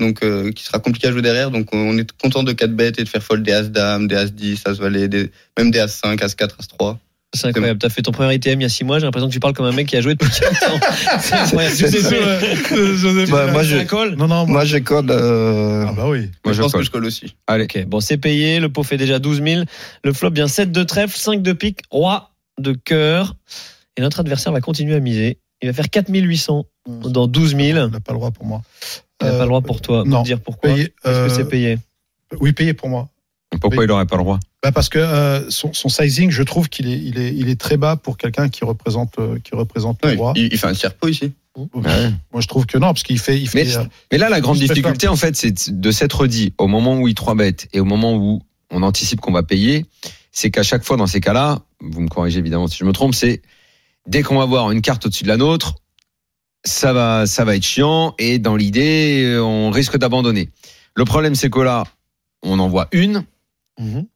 Donc, euh, qui sera compliqué à jouer derrière. Donc, on est content de 4 bêtes et de faire fold des as dame, des as 10, as valet, des- même des as 5, as 4, as 3.
C'est incroyable. T'as fait ton premier ITM il y a 6 mois, j'ai l'impression que tu parles comme un mec qui a joué depuis 15 ans. C'est incroyable.
C'est-
Giuseppe,
c'est- Bah, moi, je,
Non, non, moi.
moi, je code. euh,
Ah bah oui.
Moi,
je,
je
pense
colle.
que je colle aussi.
Allez,
Ok, bon, c'est payé. Le pot fait déjà 12 000. Le flop vient 7 de trèfle, 5 de pique, roi de cœur. Et notre adversaire va continuer à miser. Il va faire 4 800 dans 12 000. Il n'a
On n'a pas le droit pour moi. Euh,
pas le droit pour toi.
non.
Pour dire pourquoi.
Payer,
Est-ce
euh,
que c'est payé
Oui, payer pour moi.
pourquoi il aurait pas le droit
Bah parce que euh, son, son sizing, je trouve qu'il est, il est, il est très bas pour quelqu'un qui représente, euh, qui représente le
Ouais,
roi.
il, il fait un tiers pot ici.
Moi, je trouve que non, parce qu'il fait, il fait.
Mais-
euh,
Mais là, la grande
Je préfère-
difficulté, en fait, c'est de s'être dit au moment où il 3 bêtes et au moment où on anticipe qu'on va payer, c'est qu'à chaque fois dans ces cas-là, vous me corrigez évidemment si je me trompe, c'est dès qu'on va voir une carte au-dessus de la nôtre, ça va, ça va être chiant et dans l'idée, euh, on risque d'abandonner. Le problème, c'est que là, on en voit une
Mhm.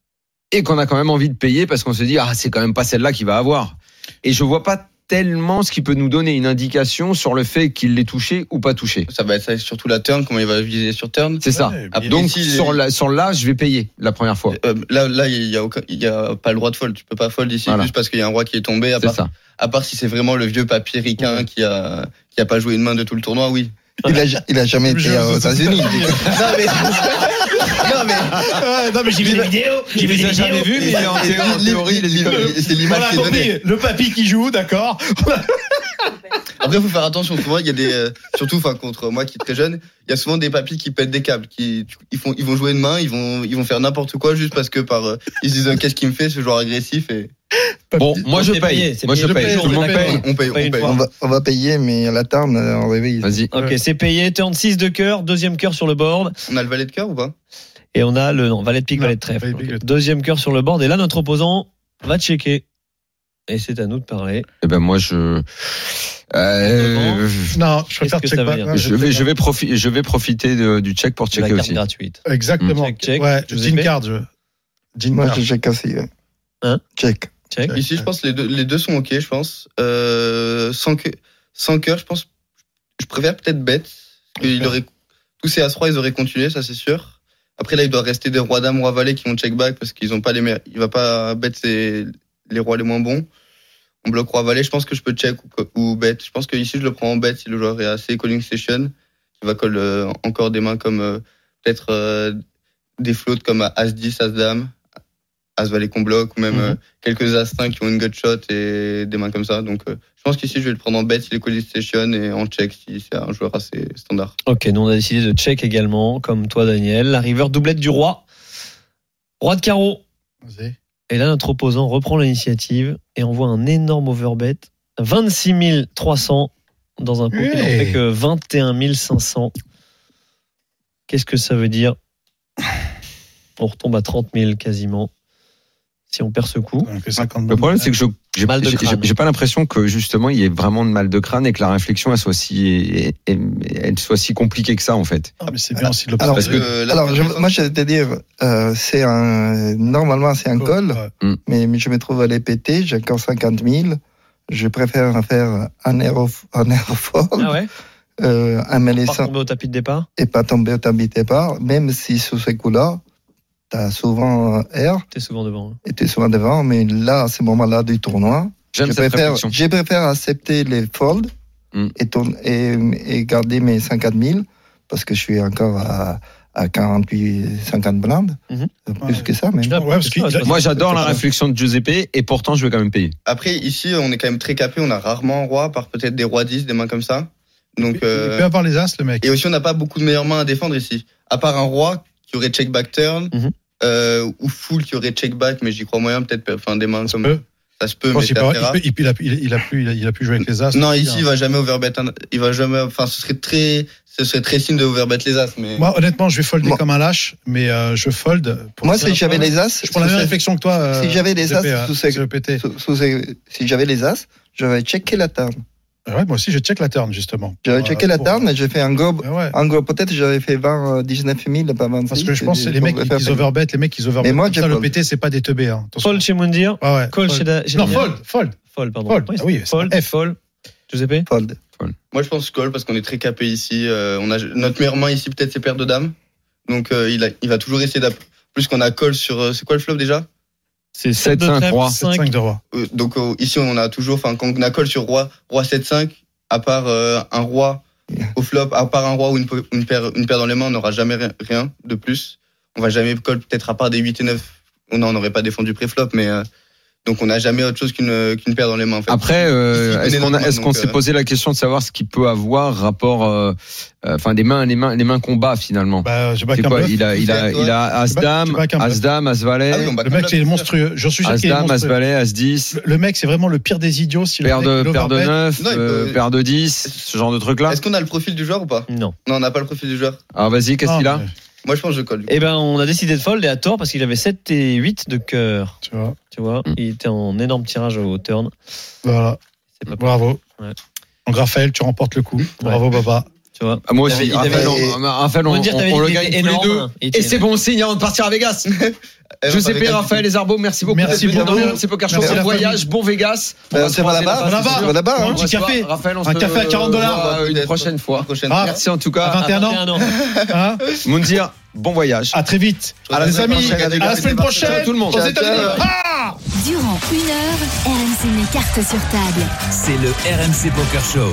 et qu'on a quand même envie de payer parce qu'on se dit ah c'est quand même pas celle-là qui va avoir. Et je vois pas tellement ce qui peut nous donner une indication sur le fait qu'il l'ait touché ou pas touché.
Ça va être ça, surtout la turn, comment il va viser sur turn.
C'est ça.
ouais,
Ah,
mais-
Donc
Et si-
sur la sur là, je vais payer la première fois.
Euh, là, là, il y a, aucun- il y a pas le droit de fold. Tu peux pas fold ici
Voilà.
juste parce qu'il y a un roi qui est tombé. À
C'est
part,
ça.
à part si c'est vraiment le vieux papy ricain qui a qui a pas joué une main de tout le tournoi, oui.
il, a, il a jamais
Je-
été aux États-Unis.
non mais non mais
Ah, non, mais j'ai vu la vidéo.
J'ai jamais vu, mais en
c'est
théorie, en théorie, il est
l'im-
libre.
c'est l'image qui est donnée.
le papy qui joue, d'accord.
Après, faut faire attention. Souvent, il y a des euh, surtout, enfin, contre moi qui est très jeune, il y a souvent des papys qui pètent des câbles, qui tu- ils font ils vont jouer une main, ils vont ils vont faire n'importe quoi juste parce que par euh, ils se disent euh, qu'est-ce qu'il me fait ce joueur agressif et
Bon, moi je
c'est payé,
paye.
c'est
Moi je
payé.
paye.
Je
Tout le monde paye.
on paye on
paye une
paye.
fois.
On va, on va payer, mais à la tarne, on réveille.
Vas-y.
Ok, c'est payé. Turn 6 de cœur, deuxième cœur sur le board.
On a le valet de cœur ou pas
Et on a le non, valet de pique,
Non,
valet de trèfle.
valet de pique,
Ok.
valet de-
Deuxième cœur sur le board. Et là, notre opposant va checker. Et c'est à nous de parler.
Eh ben moi je euh,
Non, je préfère
que
check
ça veut
back.
dire
Ouais,
je vais je vais profiter je vais profiter de- du check pour
C'est la
checker
carte
aussi.
gratuite.
Exactement.
Check, check.
Ouais,
Je vous ai
Jean
fait.
card. je- Jean
Moi,
card.
je check aussi. ouais.
Hein
Check.
Check.
Ouais.
Ici, je pense les deux, les deux sont ok, je pense. Euh, sans que, sans cœur, je pense, je préfère peut-être bête. parce qu'il
Ok.
aurait, tous ces as rois, ils auraient continué, ça c'est sûr. Après là, il doit rester des rois dames, rois valets qui vont check back parce qu'ils ont pas les, meilleurs- il va pas bête ses- les rois les moins bons. On bloque roi valet, je pense que je peux check ou, co- ou bet. Je pense que ici, je le prends en bet si le joueur est assez calling station. Il va call euh, encore des mains comme euh, peut-être euh, des flottes comme as 10, as dame, as valet qu'on bloque ou même
Mhm.
euh, quelques as 5 qui ont une gut shot et des mains comme ça. Donc euh, je pense qu'ici je vais le prendre en bet s'il est calling station et en check si c'est un joueur assez standard.
Ok, nous on a décidé de check également, comme toi Daniel. La river doublette du roi. Roi de carreau.
Vas-y.
Et là, notre opposant reprend l'initiative et envoie un énorme overbet. 26 300 dans un pot qui n'en
Ouais.
fait que 21 500. Qu'est-ce que ça veut dire On retombe à 30 000 quasiment si on perd ce coup.
On fait 50
Le problème c'est que je J'ai pas l'impression que justement il y ait vraiment de mal de crâne et que la réflexion elle soit si, elle soit si compliquée que ça en fait.
Ah, mais c'est bien aussi de
alors, parce que, euh, alors je, moi je vais te dire, euh, c'est un, normalement c'est un col, ouais. mais, mais, je me trouve à les péter, j'ai encore 50 000, je préfère faire un, aéro, un aérophone.
Ah ouais
euh, un
mélaissant. Pas tomber au tapis de départ
Et pas tomber au tapis de départ, même si sous ce coup-là, t'as souvent air.
T'es souvent devant. Hein.
Et t'es souvent devant, mais là, à ce moment-là du tournoi, je préfère, je préfère, accepter les folds mm. et, tourne, et, et, garder mes 50 000 parce que je suis encore à, à 48, 50 blindes, mm
Mhm.
-hmm. plus ouais. que ça. Même.
Ouais, parce que moi, j'adore la réflexion de Giuseppe et pourtant, je vais quand même payer.
Après, ici, on est quand même très capé. On a rarement un roi, par peut-être des rois 10, des mains comme ça. Donc,
euh... Il peut avoir les as, le mec.
Et aussi, on n'a pas beaucoup de meilleures mains à défendre ici. À part un roi qui aurait check back turn,
Mhm.
mm -hmm. euh, ou full qui aurait check back, mais j'y crois moyen, peut-être, enfin, des mains ça comme. Ça se peut, mais
il, peut, il, peut, il, a, il, a pu, il, a, il a pu jouer avec les as.
Non, ici, hein. il va jamais overbet. Il va jamais. Enfin, ce serait très, ce serait très signe de overbet les as. Mais...
Moi, honnêtement, je vais folder Moi. comme un lâche, mais euh, je fold.
Pour Moi, si j'avais les as,
je prends la même réflexion euh, que toi.
si j'avais les as, si j'avais les as, j'aurais checké la table.
Ouais, moi aussi, je check la turn, justement.
J'avais checké la turn et j'ai fait un gob. Ouais. Un gob, peut-être, j'avais fait euh, 20, 19 000, pas 26.
Parce que je pense que les mecs, ils overbet, les mecs, ils overbet. Mais moi, ça, le PT, c'est pas des teubés, hein.
Fold chez Mundir.
Ah ouais.
Call chez da,
Non, fold, fold.
Fold, pardon.
Fold. Ah oui,
fold. F. Fold. Giuseppe?
Fold.
fold. Moi, je pense call parce qu'on est très capé ici. Euh, on a, notre meilleure main ici, peut-être, c'est paire de dames. Donc, euh, il, a, il va toujours essayer d'appeler. Plus qu'on a call sur, euh, c'est quoi le flop déjà?
C'est 7 5
3 roi. 7 5 de roi.
Euh, donc euh, ici on a toujours enfin quand on a colle sur roi roi 7 5 à part euh, un roi au flop à part un roi ou une, une paire une paire dans les mains, on n'aura jamais rien de plus. On va jamais colle peut-être à part des 8 et 9. On n'aurait pas défendu pré-flop mais euh, donc on n'a jamais autre chose qu'une qu paire dans les mains. En fait.
Après, euh, est-ce qu'on est qu s'est euh... posé la question de savoir ce qu'il peut avoir rapport, euh, enfin des mains, les mains, les mains combat finalement.
Bah, je
quoi, bluff, il a, il a, il a As Dame, As Dame, As Valet.
Ah oui, le mec c'est monstrueux. Je suis sûr
As Dame, As Valet, As 10.
Le mec c'est vraiment le pire des idiots. Si
paire de paire de 9, non, peut... paire de 10, ce genre de truc là.
Est-ce qu'on a le profil du joueur ou pas
Non.
Non, on n'a pas le profil du joueur.
Alors vas-y,
Ah,
qu'est-ce qu'il a
moi, je pense que je colle.
Eh ben, on a décidé de fold et à tort parce qu'il avait 7 et 8 de cœur.
Tu vois.
Tu vois, mm. il était en énorme tirage au turn.
Voilà. Pas Bravo. Ouais. Donc, Raphaël, tu remportes le coup. Ouais. Bravo, papa.
Tu vois.
Ah, moi aussi, Raphaël, on, Raphaël, on, on, on, on le gagne tous les deux. Et c'est bon signe avant de partir à
Eh,
Vegas. Giuseppe, Raphaël, les Arbos, merci beaucoup.
Merci Euh,
beaucoup. C'est Poker Show. Bon voyage, bon Vegas.
On se voit là-bas.
là-bas. Un petit café. hein. Un café à 40 dollars.
euh, Une prochaine fois. Merci en tout cas.
Ah, À 21 ans. Hein,
Moundir, bon voyage.
À très vite.
À
les amis. À la semaine prochaine.
Tout le monde.
Durant une heure, RMC met cartes sur table.
C'est le RMC Poker Show.